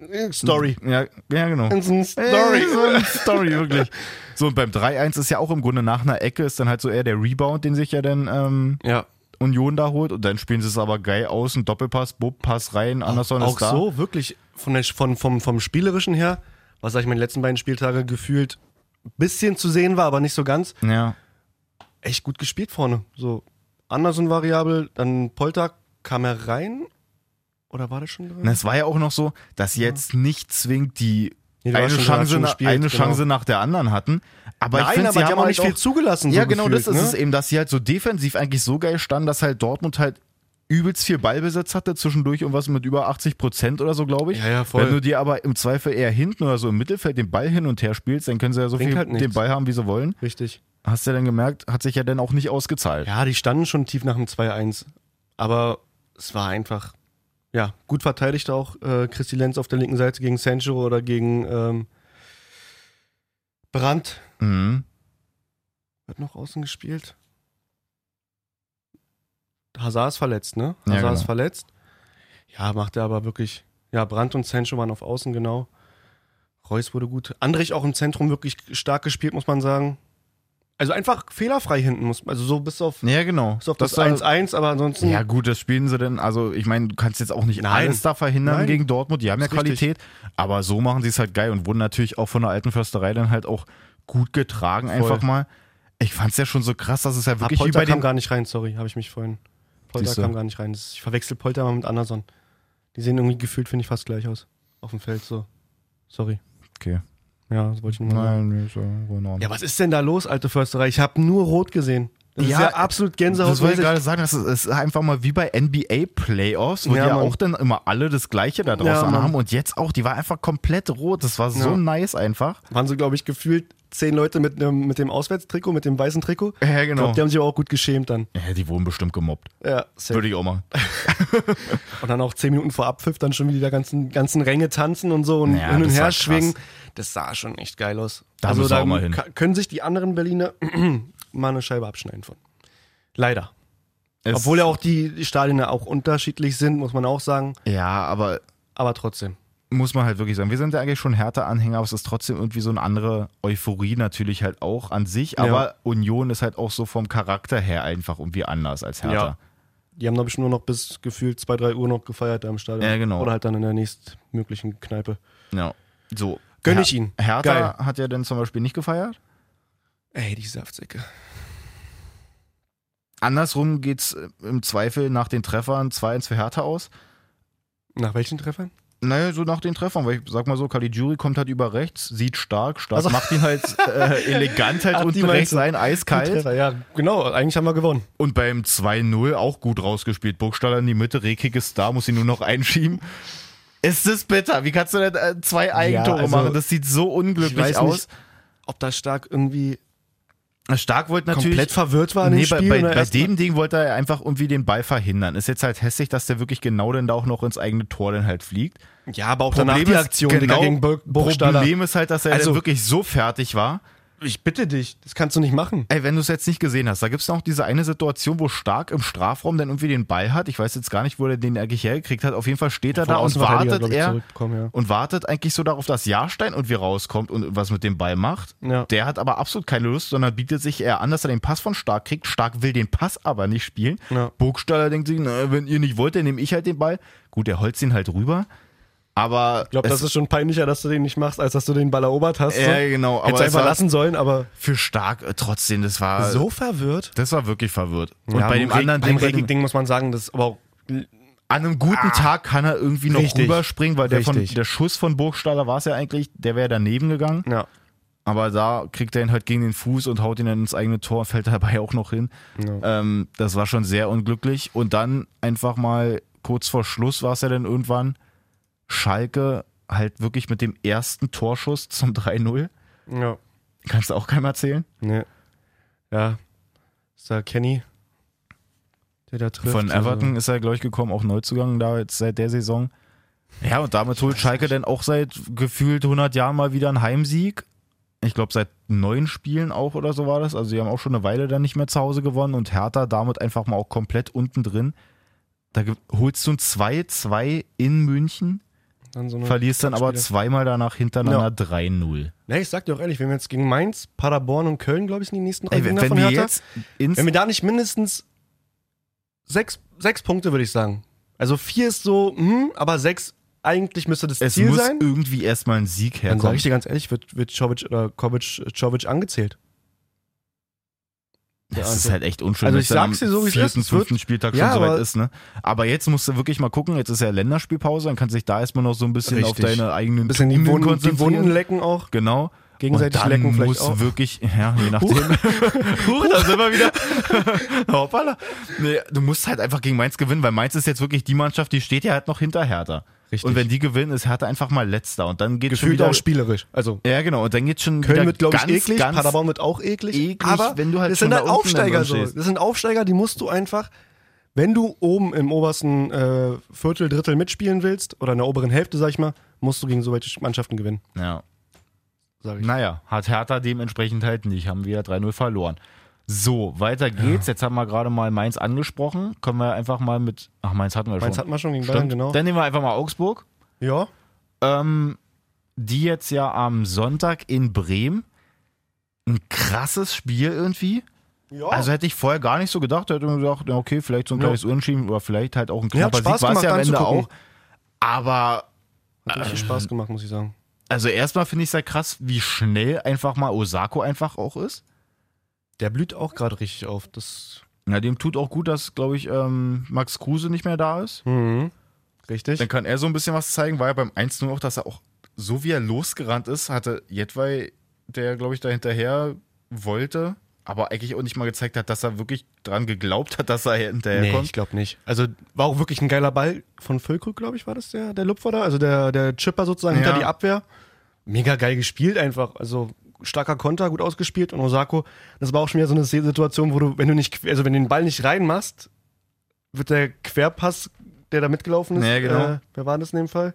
Ja,
Story.
Ja, ja genau.
In so einer Story.
Ey, so eine Story, wirklich. So, und beim 3-1 ist ja auch im Grunde nach einer Ecke ist dann halt so eher der Rebound, den sich ja dann ähm,
Ja.
Union da holt. Und dann spielen sie es aber geil aus, ein Doppelpass, Bub, Pass rein, Anderson
auch
ist da.
so, wirklich von der, von, vom, vom Spielerischen her, was sag ich meine letzten beiden Spieltage gefühlt ein bisschen zu sehen war, aber nicht so ganz,
Ja.
echt gut gespielt vorne. So Anderson variabel, dann Polter kam er rein. Oder war das schon drin?
Und es war ja auch noch so, dass sie jetzt nicht zwingt die
Nee, der war
eine,
schon- der hat
Chance,
schon
na,
gespielt,
eine
genau.
Chance nach der anderen hatten. Aber ich
Nein,
finde,
aber
sie
die haben auch
halt
nicht viel zugelassen.
Ja,
so
genau
gefühlt,
das ist
ne?
es eben, dass sie halt so defensiv eigentlich so geil standen, dass halt Dortmund halt übelst viel Ballbesitz hatte, zwischendurch irgendwas mit über 80 Prozent oder so, glaube ich.
Ja, ja, voll.
Wenn du dir aber im Zweifel eher hinten oder so im Mittelfeld den Ball hin und her spielst, dann können sie ja so
Bringt
viel
halt nichts.
den Ball haben, wie sie wollen.
Richtig.
Hast du ja dann gemerkt, hat sich ja dann auch nicht ausgezahlt.
Ja, die standen schon tief nach dem 2-1. Aber es war einfach, ja, gut verteidigt auch äh, Christi Lenz auf der linken Seite gegen Sancho oder gegen ähm, Brandt.
Mhm.
Wird noch außen gespielt. Hazard ist verletzt, ne?
Ja,
Hazard ist
genau.
verletzt. Ja, macht er aber wirklich. Ja, Brandt und Sancho waren auf Außen, genau. Reus wurde gut. Andrich auch im Zentrum wirklich stark gespielt, muss man sagen. Also einfach fehlerfrei hinten muss. Also so bis auf,
Ja, genau.
bis auf das
war-
1-1, aber ansonsten.
Ja, gut, das spielen sie denn. Also, ich meine, du kannst jetzt auch nicht
Nein.
alles da verhindern
Nein.
gegen Dortmund. Die haben ja
Ist richtig.
Qualität. Aber so machen sie es halt geil und wurden natürlich auch von der alten Försterei dann halt auch gut getragen, einfach mal. Ich fand's ja schon so krass, dass es ja
Ah,
wirklich wie
Polter
bei
kam
den.
gar nicht rein, sorry, habe ich mich vorhin. Polter
Siehste.
kam gar nicht rein. Das- Ich verwechsel Polter mal mit Anderson. Die sehen irgendwie gefühlt, finde ich, fast gleich aus. Auf dem Feld so. Sorry.
Okay.
Ja, das wollte ich nur mal sagen.
Nein, nee, ist ja in Ordnung.
Ja, was ist denn da los, alte Försterei? Ich habe nur rot gesehen. Das ist
Ja,
ja absolut Gänsehaut.
Das wollte ich gerade sagen, das ist, ist einfach mal wie bei NBA-Playoffs, wo
Ja,
ja, die ja
Mann.
auch dann immer alle das Gleiche da
Ja,
draußen
Mann.
haben. Und jetzt auch, die war einfach komplett rot. Das war so
Ja.
nice einfach.
Waren so, glaube ich, gefühlt zehn Leute mit, nem- mit dem Auswärtstrikot, mit dem weißen Trikot.
Ja, genau.
Ich glaube, die haben sich aber auch gut geschämt dann.
ja, die wurden bestimmt gemobbt.
Ja, safe.
Würde ich auch machen.
Und dann auch zehn Minuten vor Abpfiff dann schon wieder die da ganzen, ganzen Ränge tanzen und so und
Ja,
hin und
das war
her
krass.
schwingen. Das sah schon echt geil aus.
Da
Also
müssen wir auch mal hin.
ka- können sich die anderen Berliner mal eine Scheibe abschneiden von. Leider.
Es-
Obwohl ja auch die die Stadien ja auch unterschiedlich sind, muss man auch sagen.
Ja, aber
Aber trotzdem.
muss man halt wirklich sagen. Wir sind ja eigentlich schon härter Anhänger, aber es ist trotzdem irgendwie so eine andere Euphorie natürlich halt auch an sich. Aber Union ist halt auch so vom Charakter her einfach irgendwie anders als Hertha.
Die haben, glaube ich, nur noch bis gefühlt 2, 3 Uhr noch gefeiert da im Stadion.
Ja, genau.
Oder halt dann in der nächstmöglichen Kneipe.
Ja. So.
Gönn ich ihnen.
Hertha
Geil.
hat ja dann zum Beispiel nicht gefeiert.
Ey, die Saftsäcke.
Andersrum geht's äh, im Zweifel nach den Treffern 2-1 für Hertha aus.
Nach welchen Treffern?
Naja, so nach den Treffern, weil ich sag mal so, Caligiuri kommt halt über rechts, sieht stark, stark,
Also-
macht ihn halt äh, elegant halt
Ach, die
unten
meinst
rechts
du?
rein,
Die
eiskalt.
Treffer, ja, genau. Eigentlich haben wir gewonnen.
Und beim 2-0 auch gut rausgespielt. Burgstaller in die Mitte, Rekik ist da, muss ihn nur noch einschieben. Ist das bitter? Wie kannst du denn äh, zwei Eigentore
also,
machen? Das sieht so
ich weiß
unglücklich aus. Äh,
Ob da stark irgendwie
Stark wollte natürlich
komplett verwirrt war in
nee,
dem Spiel.
bei,
oder
bei, bei
ne? erst-
dem Ding wollte er einfach irgendwie den Ball verhindern. Ist jetzt halt hässlich, dass der wirklich genau dann da auch noch ins eigene Tor dann halt fliegt.
ja, aber auch danach die
ist- genau
Aktion Digga, genau gegen Burg Burgstaller.
Problem ist halt, dass er
Also-
dann wirklich so fertig war,
Ich bitte dich, das kannst du nicht machen.
Ey, wenn du es jetzt nicht gesehen hast, da gibt es noch diese eine Situation, wo Stark im Strafraum dann irgendwie den Ball hat. Ich weiß jetzt gar nicht, wo er den eigentlich hergekriegt hat. Auf jeden Fall steht er
Von
da und
Außenverteidiger,
wartet
glaub ich,
er
zurückbekommen, ja.
und wartet eigentlich so darauf, dass Jahrstein irgendwie rauskommt und was mit dem Ball macht.
Ja.
Der hat aber absolut keine Lust, sondern bietet sich eher an, dass er den Pass von Stark kriegt. Stark will den Pass aber nicht spielen.
Ja.
Burgstaller denkt sich, na, wenn ihr nicht wollt, dann nehme ich halt den Ball. Gut, er holzt ihn halt rüber. Aber
Ich glaube,
es-
das ist schon peinlicher, dass du den nicht machst, als dass du den Ball erobert hast.
Ja,
so.
genau,
Hättest
aber
du
es
einfach
war-
lassen sollen, aber
für Stark äh, trotzdem, das war
so verwirrt.
das war wirklich verwirrt. Und bei dem
beim
anderen
beim
Ding, bei dem-
Ding, Ding muss man sagen, das ist aber auch
an einem guten Tag kann er irgendwie noch
Ah. Richtig.
rüberspringen, weil der, von,
Richtig.
der Schuss von Burgstaller war es ja eigentlich, der wäre daneben gegangen.
ja.
Aber da kriegt er ihn halt gegen den Fuß und haut ihn dann ins eigene Tor und fällt dabei auch noch hin. Ähm, das war schon sehr unglücklich. Und dann einfach mal kurz vor Schluss war es ja dann irgendwann Schalke halt wirklich mit dem ersten Torschuss zum 3-0.
Ja.
Kannst du auch keinem erzählen?
Ne. Ja. Ist da Kenny, der da trifft.
Von Everton ist er, glaube ich, gekommen, auch Neuzugang da jetzt seit der Saison. Ja, und damit holt Schalke dann auch seit gefühlt 100 Jahren mal wieder einen Heimsieg. Ich glaube, seit neun Spielen auch oder so war das. Also, die haben auch schon eine Weile dann nicht mehr zu Hause gewonnen und Hertha damit einfach mal auch komplett unten drin. Da ge- holst du ein 2-2 in München,
Also, dann so eine
verlierst dann aber
Spiele.
zweimal danach hintereinander 3-0.
Ne, ich sag dir auch ehrlich, wenn wir jetzt gegen Mainz, Paderborn und Köln, glaube ich, sind die nächsten drei
Ey, wenn,
Gegner
wenn
von
wir
Hertha.
jetzt ins
wenn wir da nicht mindestens sechs, sechs Punkte, würde ich sagen. Also vier ist so, hm, aber sechs, eigentlich müsste das
es
Ziel
muss
sein.
irgendwie erstmal ein Sieg
Dann sage
herkommen.
ich dir ganz ehrlich, wird, wird Czovic oder Kovic, Czovic angezählt.
Das ist halt echt unschön.
Also
wenn's
ich
dann
sag's
am
dir so, wie es
vierten,
ist, es wird-
fünften Spieltag
Ja,
schon soweit
aber-
ist, ne? Aber jetzt musst du wirklich mal gucken, jetzt ist ja Länderspielpause, dann kannst du dich da erstmal noch so ein bisschen auf
Richtig.
deine eigenen
Ein bisschen die
Tugenden
Wunden, die
konzentrieren.
Wunden lecken auch.
Genau.
Gegenseitig
Und dann
lecken vielleicht
muss
auch.
wirklich, ja, je nachdem. Huch, da sind wir wieder. Hoppala. Nee, du musst halt einfach gegen Mainz gewinnen, weil Mainz ist jetzt wirklich die Mannschaft, die steht ja halt noch hinter Hertha.
Richtig.
Und wenn die gewinnen, ist Hertha einfach mal letzter und dann geht schon
Gefühlt
wieder
auch spielerisch. Also
Ja, genau, und dann geht schon
Köln
wieder
wird, glaube ich,
ganz,
eklig,
ganz
Paderborn wird auch eklig.
eklig,
aber
wenn du halt
das
schon
sind
da
halt
unten dann
Aufsteiger
drin
so.
stehst.
Das sind Aufsteiger, die musst du einfach, wenn du oben im obersten äh, Viertel, Drittel mitspielen willst, oder in der oberen Hälfte, sag ich mal, musst du gegen so welche Mannschaften gewinnen,
Ja.
sag ich.
Naja, hat Hertha dementsprechend halt nicht. Haben wir 3-0 verloren. So, weiter geht's. Jetzt haben wir gerade mal Mainz angesprochen. Können wir einfach mal mit. Ach, Mainz hatten wir
Mainz
schon.
hatten wir schon gegen
Stimmt.
Bayern, genau.
Dann nehmen wir einfach mal Augsburg.
Ja.
Ähm, die jetzt ja am Sonntag in Bremen. Ein krasses Spiel irgendwie.
ja.
Also hätte ich vorher gar nicht so gedacht. Hätte mir gedacht, na okay, vielleicht so ein
Oh. Ja.
kleines Unentschieden oder vielleicht halt auch ein
Ja, hat
knapper
Spaß
Sieg. War es ja am
gemacht,
Ende auch.
anzugucken.
Aber
hat richtig Spaß gemacht, muss ich sagen.
also erstmal finde ich es ja krass, wie schnell einfach mal Osako einfach auch ist.
Der blüht auch gerade richtig auf. Das
Ja, dem tut auch gut, dass, glaube ich, ähm, Max Kruse nicht mehr da ist.
mhm. richtig.
Dann kann er so ein bisschen was zeigen, war ja beim 1 nur auch, dass er auch, so wie er losgerannt ist, hatte Jedwai, der, glaube ich, da hinterher wollte, aber eigentlich auch nicht mal gezeigt hat, dass er wirklich dran geglaubt hat, dass er
Nee,
hinterherkommt.
ich glaube nicht. Also war auch wirklich ein geiler Ball von Füllkrug, glaube ich, war das der, der Lupfer da. Also der, der Chipper sozusagen
Ja.
hinter die Abwehr. Mega geil gespielt einfach. Also starker Konter, gut ausgespielt. Und Osako, das war auch schon wieder so eine Situation, wo du, wenn du nicht, also wenn du den Ball nicht reinmachst, wird der Querpass, der da mitgelaufen ist.
Ja, genau.
Äh, wer war das in dem Fall?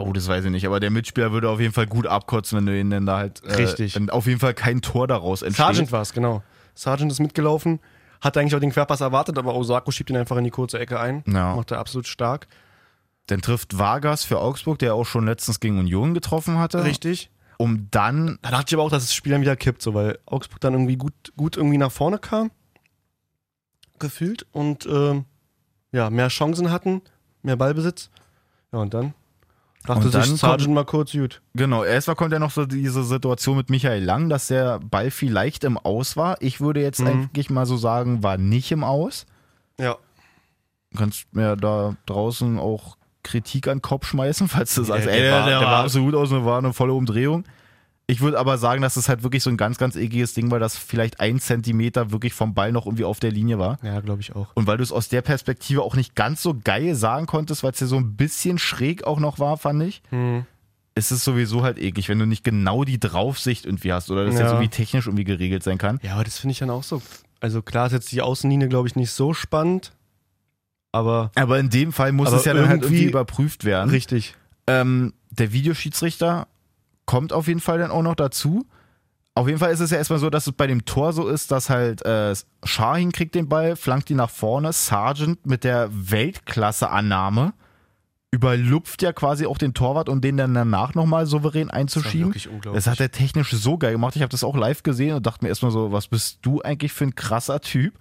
oh, das weiß ich nicht, aber der Mitspieler würde auf jeden Fall gut abkotzen, wenn du ihn dann da halt. Äh,
Richtig.
Wenn auf jeden Fall kein Tor daraus entsteht.
Sergeant war es, genau. Sergeant ist mitgelaufen, hat eigentlich auch den Querpass erwartet, aber Osako schiebt ihn einfach in die kurze Ecke ein.
Ja.
Macht er absolut stark.
Dann trifft Vargas für Augsburg, der auch schon letztens gegen Union getroffen hatte.
Richtig.
Um dann
Da dachte ich aber auch, dass das Spiel dann wieder kippt, so, weil Augsburg dann irgendwie gut, gut irgendwie nach vorne kam. Gefühlt und ähm, ja, mehr Chancen hatten, mehr Ballbesitz. Ja, und dann dachte
Und dann
sich Sargent mal kurz gut.
Genau, erstmal kommt ja noch so diese Situation mit Michael Lang, dass der Ball vielleicht im Aus war. Ich würde jetzt eigentlich mal so sagen, war nicht im Aus.
Ja.
Du kannst mir da draußen auch Kritik an den Kopf schmeißen, falls du sagst,
der
ey, der,
war-
der
der
war
war-
absolut aus und war eine volle Umdrehung. Ich würde aber sagen, dass es halt wirklich so ein ganz, ganz ekliges Ding war, dass vielleicht ein Zentimeter wirklich vom Ball noch irgendwie auf der Linie war.
Ja, glaube ich auch.
Und weil du es aus der Perspektive auch nicht ganz so geil sagen konntest, weil es ja so ein bisschen schräg auch noch war, fand ich,
Hm.
ist es sowieso halt eklig, wenn du nicht genau die Draufsicht irgendwie hast oder das
Ja.
jetzt irgendwie technisch irgendwie geregelt sein kann.
Ja, aber das finde ich dann auch so. Also klar ist jetzt die Außenlinie, glaube ich, nicht so spannend, aber
Aber in dem Fall muss
Aber
es ja dann halt
irgendwie-
irgendwie überprüft werden.
richtig.
Ähm, der Videoschiedsrichter kommt auf jeden Fall dann auch noch dazu. Auf jeden Fall ist es ja erstmal so, dass es bei dem Tor so ist, dass halt äh, Shahin kriegt den Ball, flankt ihn nach vorne, Sargent mit der Weltklasse-Annahme überlupft ja quasi auch den Torwart, um den dann danach nochmal souverän einzuschieben.
wirklich unglaublich.
Das hat er technisch so geil gemacht. Ich habe das auch live gesehen und dachte mir erstmal so, was bist du eigentlich für ein krasser Typ?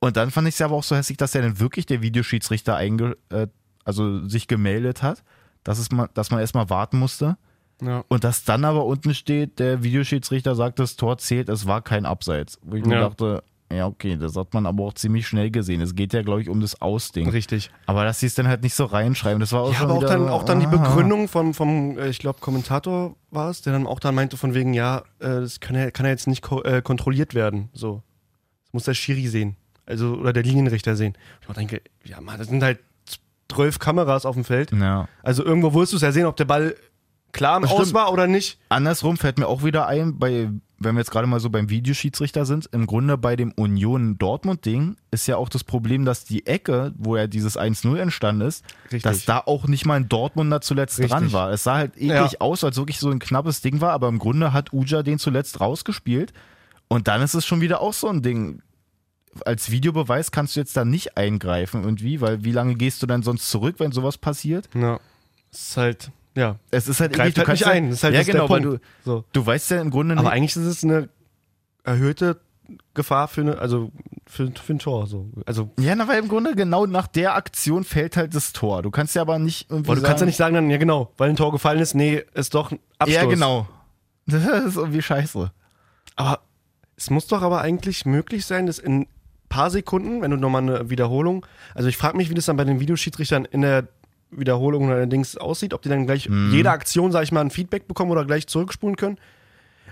Und dann fand ich es aber auch so hässlich, dass er dann wirklich der Videoschiedsrichter einge äh, also sich gemeldet hat, dass, es man, dass man erstmal warten musste.
Ja.
Und dass dann aber unten steht, der Videoschiedsrichter sagt, das Tor zählt, es war kein Abseits. Wo ich mir
Ja.
dachte, ja, okay, das hat man aber auch ziemlich schnell gesehen. Es geht ja, glaube ich, um das Ausding.
Richtig.
Aber dass sie es dann halt nicht so reinschreiben, das war auch
Ja,
schon
aber auch
wieder
dann,
so,
auch dann die
ah.
Begründung vom, vom äh, ich glaube, Kommentator war es, der dann auch dann meinte von wegen, ja, äh, das kann ja, kann ja jetzt nicht ko äh, kontrolliert werden. So. Das muss der Schiri sehen. Also, oder der Linienrichter sehen. Und ich denke, ja, Mann, das sind halt zwölf Kameras auf dem Feld.
Ja.
Also irgendwo wirst du es ja sehen, ob der Ball klar im
Stimmt.
Aus war oder nicht.
Andersrum fällt mir auch wieder ein, bei, wenn wir jetzt gerade mal so beim Videoschiedsrichter sind, im Grunde bei dem Union-Dortmund-Ding ist ja auch das Problem, dass die Ecke, wo ja dieses 1-0 entstanden ist,
Richtig.
dass da auch nicht mal ein Dortmunder zuletzt
Richtig.
dran war. Es sah halt eklig
Ja.
aus, als wirklich so ein knappes Ding war, aber im Grunde hat Uja den zuletzt rausgespielt und dann ist es schon wieder auch so ein Ding. Als Videobeweis kannst du jetzt da nicht eingreifen und wie, weil wie lange gehst du dann sonst zurück, wenn sowas passiert?
Ja. Es ist halt, ja.
Es ist halt eklig,
Greift halt
du kannst
nicht
ja-
ein. Das ist halt
ja,
das ist
genau,
der
weil
Punkt.
du,
So.
du weißt ja im Grunde
Aber
nicht,
eigentlich ist es eine erhöhte Gefahr für, eine, also für, für ein Tor. So. Also,
Ja, na, weil im Grunde genau nach der Aktion fällt halt das Tor. Du kannst ja aber nicht irgendwie.
weil du
sagen,
kannst ja nicht sagen, dann, ja genau, weil ein Tor gefallen ist, nee, ist doch ein Abstoß.
Ja, genau. Das ist irgendwie scheiße.
Aber es muss doch aber eigentlich möglich sein, dass in ein paar Sekunden, wenn du nochmal eine Wiederholung, also ich frage mich, wie das dann bei den Videoschiedsrichtern in der Wiederholung allerdings aussieht, ob die dann gleich
Mhm.
jede Aktion, sag ich mal, ein Feedback bekommen oder gleich zurückspulen können.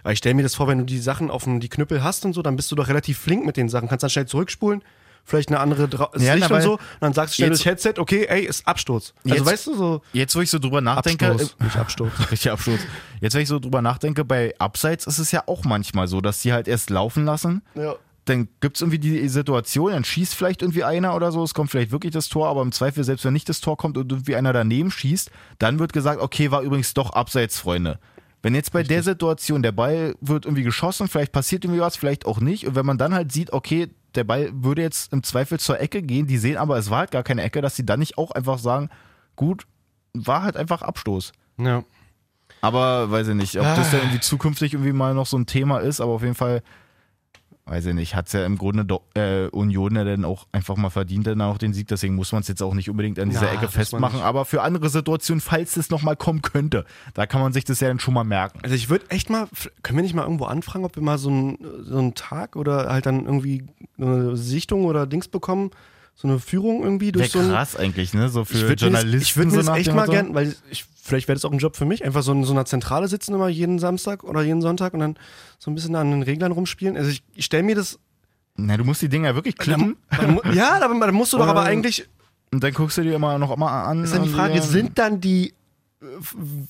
Weil ich stelle mir das vor, wenn du die Sachen auf dem, die Knüppel hast und so, dann bist du doch relativ flink mit den Sachen. Kannst dann schnell zurückspulen, vielleicht eine andere Dra
Ja,
Sicht
na,
und
weil-
so, und dann sagst du schnell
Jetzt-
durch Headset, okay, ey, ist Absturz. Also
Jetzt-
weißt du so,
Jetzt, wo ich äh, so drüber nachdenke.
Abstoß, nicht Absturz.
Richtig Absturz. Jetzt, wenn ich so drüber nachdenke, bei Abseits ist es ja auch manchmal so, dass die halt erst laufen lassen.
Ja.
Dann gibt es irgendwie die Situation, dann schießt vielleicht irgendwie einer oder so, es kommt vielleicht wirklich das Tor, aber im Zweifel, selbst wenn nicht das Tor kommt und irgendwie einer daneben schießt, dann wird gesagt, okay, war übrigens doch Abseits, Freunde. Wenn jetzt bei der Situation der Ball wird irgendwie geschossen, vielleicht passiert irgendwie was, vielleicht auch nicht. Und wenn man dann halt sieht, okay, der Ball würde jetzt im Zweifel zur Ecke gehen, die sehen aber, es war halt gar keine Ecke, dass sie dann nicht auch einfach sagen, gut, war halt einfach Abstoß.
ja.
Aber weiß ich nicht, ob das
Ah.
ja irgendwie zukünftig irgendwie mal noch so ein Thema ist, aber auf jeden Fall, weiß ich nicht, hat es ja im Grunde Do äh, Union ja dann auch einfach mal verdient, dann auch den Sieg. Deswegen muss man es jetzt auch nicht unbedingt an dieser
Na,
Ecke
muss man
festmachen.
nicht.
Aber für andere Situationen, falls es nochmal kommen könnte, da kann man sich das ja dann schon mal merken.
Also ich würde echt mal, können wir nicht mal irgendwo anfragen, ob wir mal so einen, so einen Tag oder halt dann irgendwie eine Sichtung oder Dings bekommen, so eine Führung irgendwie
Wäre
durch so ein,
krass eigentlich, ne? So für
ich würde mir, das-
Journalisten.
ich würd mir
so
das
nach
echt
dem
mal
Motto.
gern, weil ich, vielleicht wäre das auch ein Job für mich, einfach so in so einer Zentrale sitzen immer jeden Samstag oder jeden Sonntag und dann so ein bisschen an den Reglern rumspielen. Also ich, ich stelle mir das,
Na, du musst die Dinger wirklich klippen
dann, mu- ja, aber dann musst du doch
Oder-
aber eigentlich,
und dann guckst du dir immer noch mal an.
ist dann die
und
Frage,
ja.
sind dann die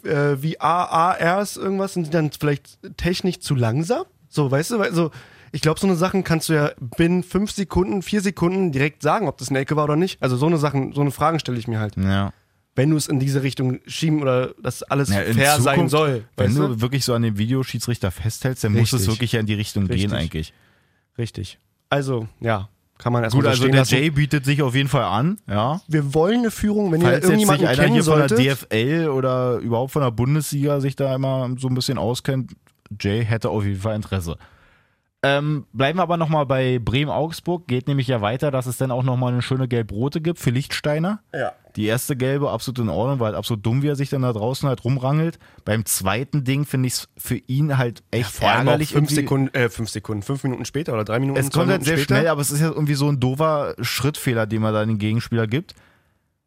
äh, VARs irgendwas, sind die dann vielleicht technisch zu langsam? So, weißt du, also ich glaube, so eine Sachen kannst du ja binnen fünf Sekunden, vier Sekunden direkt sagen, ob das eine Ecke war oder nicht. Also so eine Sachen, so eine Fragen stelle ich mir halt.
Ja.
Wenn du es in diese Richtung schieben oder dass alles
Ja,
fair
in Zukunft,
sein soll.
Wenn
Weißt
du
du?
wirklich so an dem Videoschiedsrichter festhältst, dann muss es
Richtig.
wirklich ja in die Richtung
Richtig.
gehen eigentlich.
Richtig. Also, ja, kann man erstmal
Gut,
so
also
stehen
der
lassen.
Jay bietet sich auf jeden Fall an, ja.
Wir wollen eine Führung, wenn ihr
Falls jetzt
irgendjemanden
sich einer
kennen
hier von der
solltet.
DFL oder überhaupt von der Bundesliga sich da einmal so ein bisschen auskennt, Jay hätte auf jeden Fall Interesse. Ähm, bleiben wir aber nochmal bei Bremen-Augsburg. Geht nämlich ja weiter, dass es dann auch nochmal eine schöne gelb-rote gibt für Lichtsteiner.
ja.
Die erste gelbe absolut in Ordnung, weil halt absolut dumm, wie er sich dann da draußen halt rumrangelt. Beim zweiten Ding finde ich es für ihn halt echt
Vor allem auch
ärgerlich.
fünf
irgendwie.
Sekunden, äh, fünf Sekunden, fünf Minuten später oder drei Minuten
Es
zwei
kommt halt sehr
Minuten später.
schnell, aber es ist ja irgendwie so ein dover Schrittfehler, den man da den Gegenspieler gibt.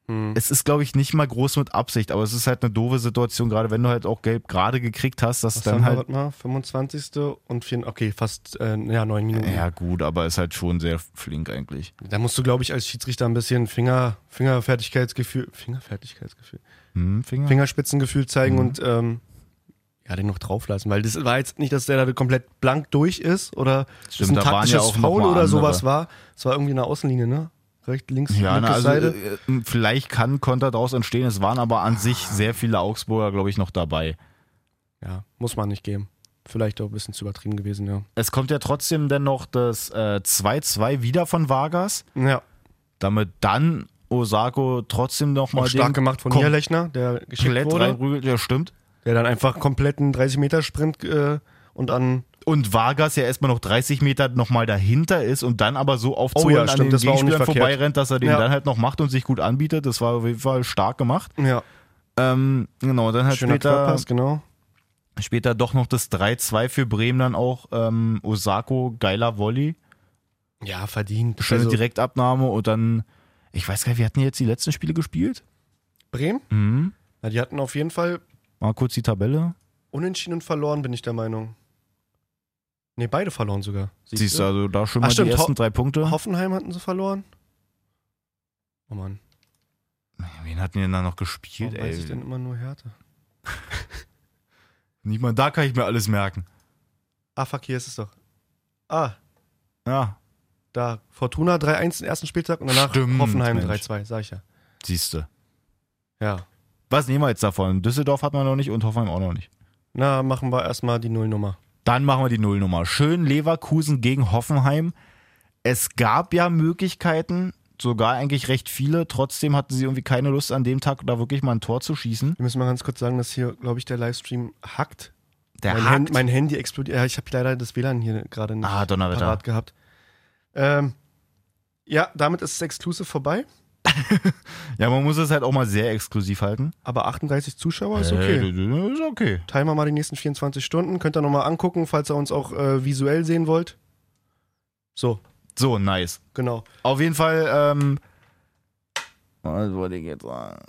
Hm.
Es ist, glaube ich, nicht mal groß mit Absicht, aber es ist halt eine doofe Situation, gerade wenn du halt auch gelb gerade gekriegt hast, dass
Was
dann
haben wir
halt.
warte mal? 25. und 4, okay, fast äh, ja, neun Minuten.
Ja, gut, aber ist halt schon sehr flink eigentlich.
Da musst du, glaube ich, als Schiedsrichter ein bisschen Finger, Fingerfertigkeitsgefühl, Fingerfertigkeitsgefühl,
Hm, Finger?
Fingerspitzengefühl zeigen
Mhm.
und ähm, ja, den noch drauflassen, weil das war jetzt nicht, dass der da komplett blank durch ist oder
Stimmt,
es ein
da waren
taktisches
ja auch noch
Foul
mal
oder sowas
andere.
war. Es war irgendwie eine Außenlinie, ne? Rechts, links,
Ja,
linke
na, also
Seite.
äh, äh, vielleicht kann Konter daraus entstehen. Es waren aber an sich sehr viele Augsburger, glaube ich, noch dabei.
Ja, muss man nicht geben. vielleicht auch ein bisschen zu übertrieben gewesen, ja.
Es kommt ja trotzdem dennoch das äh, 2-2 wieder von Vargas,
Ja,
damit dann Osako trotzdem
auch
nochmal
stark gemacht von Niederlechner, der geschickt
komplett
wurde,
reinprügelt. Ja, stimmt.
der dann einfach kompletten 30-Meter-Sprint äh, und an
Und Vargas ja erstmal noch 30 Meter nochmal dahinter ist und dann aber so aufzuholen
Oh ja,
an
stimmt,
den
das war auch nicht
Gegenspielern
verkehrt.
vorbeirennt, dass er den
Ja.
dann halt noch macht und sich gut anbietet. Das war auf jeden Fall stark gemacht.
ja,
Ähm, genau, dann halt
schöner
später,
Körpers, genau.
später doch noch das 3-2 für Bremen dann auch. Ähm, Osako, geiler Volley.
Ja, verdient.
Schöne
Also,
Direktabnahme und dann, ich weiß gar nicht, wir hatten jetzt die letzten Spiele gespielt.
Bremen?
Mhm.
Na, die hatten auf jeden Fall
Mal kurz die Tabelle.
unentschieden und verloren, bin ich der Meinung. Ne, beide verloren sogar.
Siehst du, also da schon
Ach,
mal
stimmt,
die ersten
Ho-
drei Punkte.
Hoffenheim hatten sie verloren. Oh Mann,
Wen hatten wir denn da noch
warum
gespielt,
weiß ich denn
ey?
immer nur Härte?
Niemand, da kann ich mir alles merken.
Ah, fuck, hier ist es doch. Ah,
Ja,
da. Fortuna 3-1 den ersten Spieltag und danach
Stimmt,
Hoffenheim
Mensch.
3-2, sag ich ja.
siehst du.
Ja.
Was nehmen wir jetzt davon? Düsseldorf hat man noch nicht und Hoffenheim auch noch nicht.
Na, machen wir erstmal die Nullnummer.
Dann machen wir die Nullnummer. Schön Leverkusen gegen Hoffenheim. Es gab ja Möglichkeiten, sogar eigentlich recht viele. Trotzdem hatten sie irgendwie keine Lust, an dem Tag da wirklich mal ein Tor zu schießen.
Wir müssen mal ganz kurz sagen, dass hier, glaube ich, der Livestream hackt.
Der
mein,
hakt.
Hand, mein Handy explodiert. Ja, ich habe leider das WLAN hier gerade nicht
Ah, Donnerwetter.
parat gehabt. Ähm, ja, damit ist es exclusive vorbei.
ja, man muss es halt auch mal sehr exklusiv halten.
Aber 38 Zuschauer Oh, ist okay.
Äh, das ist okay.
Timer mal die nächsten 24 Stunden. Könnt ihr nochmal angucken, falls ihr uns auch äh, visuell sehen wollt. So,
So, nice.
genau.
Auf jeden Fall, ähm. Was wollte ich jetzt sagen?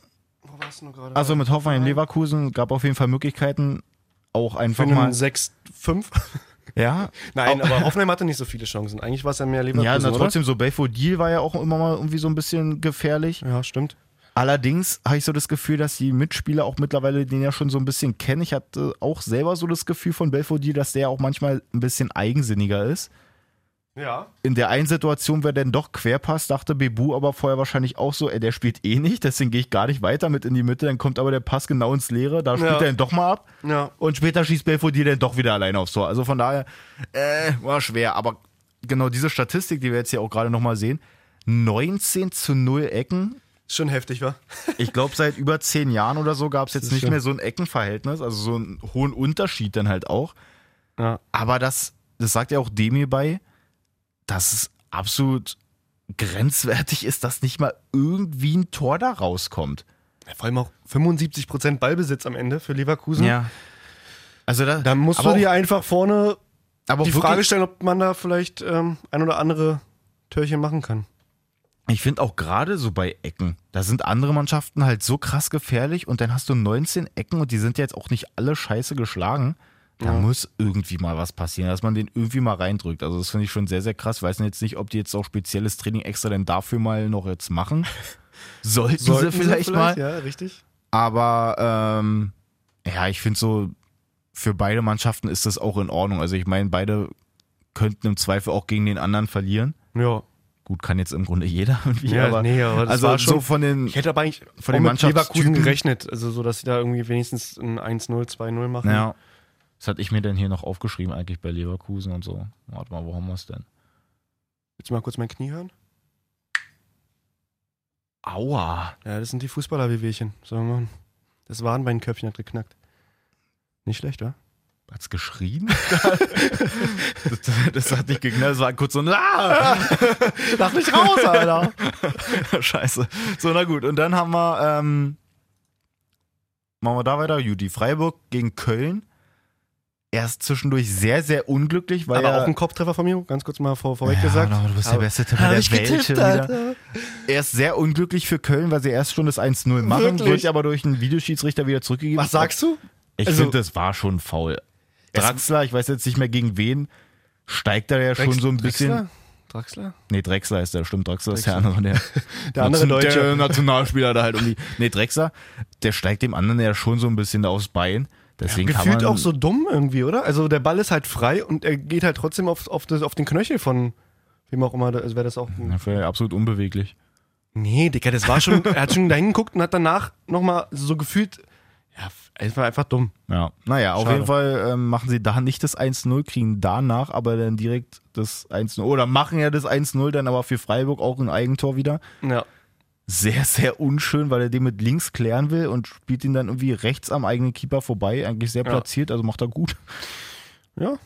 Wo warst du noch gerade?
Also mit Hoffenheim Leverkusen gab auf jeden Fall Möglichkeiten, auch
für
einfach
einen
mal.
6-5.
Ja,
Nein, aber Hoffenheim hatte nicht so viele Chancen. Eigentlich war es ja mehr Leverkusen,
ja na,
oder?
trotzdem so. Belfodil war ja auch immer mal irgendwie so ein bisschen gefährlich.
Ja, stimmt.
Allerdings habe ich so das Gefühl, dass die Mitspieler auch mittlerweile den ja schon so ein bisschen kennen. Ich hatte auch selber so das Gefühl von Belfodil, dass der auch manchmal ein bisschen eigensinniger ist.
Ja.
In der einen Situation wäre dann doch Querpass, dachte Bebu aber vorher wahrscheinlich auch so, ey, der spielt eh nicht, deswegen gehe ich gar nicht weiter mit in die Mitte, dann kommt aber der Pass genau ins Leere, da spielt
Ja.
er dann doch mal ab.
Ja.
Und später schießt Belfodil dann doch wieder alleine aufs Tor. Also von daher, äh, war schwer. Aber genau diese Statistik, die wir jetzt hier auch gerade nochmal sehen, 19 zu 0 Ecken.
Ist Schon heftig, wa?
Ich glaube, seit über 10 Jahren oder so gab es jetzt
ist
nicht
schön.
mehr so ein Eckenverhältnis, also so einen hohen Unterschied dann halt auch.
Ja.
Aber das, das sagt ja auch Demi bei, dass es absolut grenzwertig ist, dass nicht mal irgendwie ein Tor da rauskommt.
Vor allem auch 75% Ballbesitz am Ende für Leverkusen.
Also da,
Dann musst
aber
du dir
auch,
einfach vorne
aber auch
die
wirklich-
Frage stellen, ob man da vielleicht ähm, ein oder andere Törchen machen kann.
Ich finde auch gerade so bei Ecken, da sind andere Mannschaften halt so krass gefährlich und dann hast du 19 Ecken und die sind ja jetzt auch nicht alle scheiße geschlagen. Da muss irgendwie mal was passieren, dass man den irgendwie mal reindrückt. Also das finde ich schon sehr, sehr krass. Weiß jetzt nicht, ob die jetzt auch spezielles Training extra denn dafür mal noch jetzt machen. Sollten, sie vielleicht mal.
Ja, richtig.
Aber ähm, ja, ich finde so, für beide Mannschaften ist das auch in Ordnung. Also ich meine, beide könnten im Zweifel auch gegen den anderen verlieren.
Ja.
Gut, kann jetzt im Grunde jeder irgendwie,
Ja,
aber,
nee, aber das
also
war schon-
so von den
Ich hätte aber eigentlich
Von
auch
den
mit Leverkusen
Mannschaftstypen-
gerechnet, also so, dass sie da irgendwie wenigstens ein 1-0, 2-0 machen.
Ja. Was hatte ich mir denn hier noch aufgeschrieben, eigentlich bei Leverkusen und so? Warte mal, wo haben wir es denn?
Willst du mal kurz mein Knie hören?
Aua.
Ja, das sind die Fußballer-Wehwehchen. So, Mann. Das Warenbeinköpfchen hat geknackt. Nicht schlecht, wa?
Hat's geschrien? das, das hat nicht geknallt, das war kurz so ein ah!
Lach nicht raus, Alter!
Scheiße. So, na gut. Und dann haben wir, ähm, machen wir da weiter. Judy Freiburg gegen Köln. Erst zwischendurch sehr, sehr unglücklich, weil
Aber
ja,
auch ein Kopftreffer von mir, ganz kurz mal vor, vorweg
ja,
gesagt.
na, du bist der
Aber-
beste Tipper
Hab
der
ich
Welt
getippt,
schon wieder.
Alter.
erst sehr unglücklich für Köln, weil sie erst schon das 1-0 machen,
Wirklich?
wird aber durch einen Videoschiedsrichter wieder zurückgegeben.
Was sagst du?
Ich
Also-
finde, das war schon faul. Draxler, ich weiß jetzt nicht mehr gegen wen, steigt er ja schon so ein bisschen.
Draxler? Draxler?
Nee, Drexler ist der, stimmt. Drexler, ist der andere. Der,
Der andere
Nation-
Deutsche.
Der Nationalspieler da halt um die. Nee, Drexler, der steigt dem anderen ja schon so ein bisschen da aufs Bein. Deswegen kann
Gefühlt
man.
auch so dumm irgendwie, oder? Also der Ball ist halt frei und er geht halt trotzdem auf, auf, das, auf den Knöchel von wem auch immer, da- also wäre das auch.
Ja, für- absolut unbeweglich.
Nee, Digga, das war schon, er hat schon dahin geguckt und hat danach nochmal so gefühlt, ja, Es war einfach dumm.
Ja. Naja, auf
Schade.
jeden Fall ähm, machen sie da nicht das 1-0, kriegen danach aber dann direkt das 1-0. Oder machen ja das 1-0, dann aber für Freiburg auch ein Eigentor wieder.
Ja.
Sehr, sehr unschön, weil er den mit links klären will und spielt ihn dann irgendwie rechts am eigenen Keeper vorbei. Eigentlich sehr
Ja.
platziert, also macht er gut.
Ja,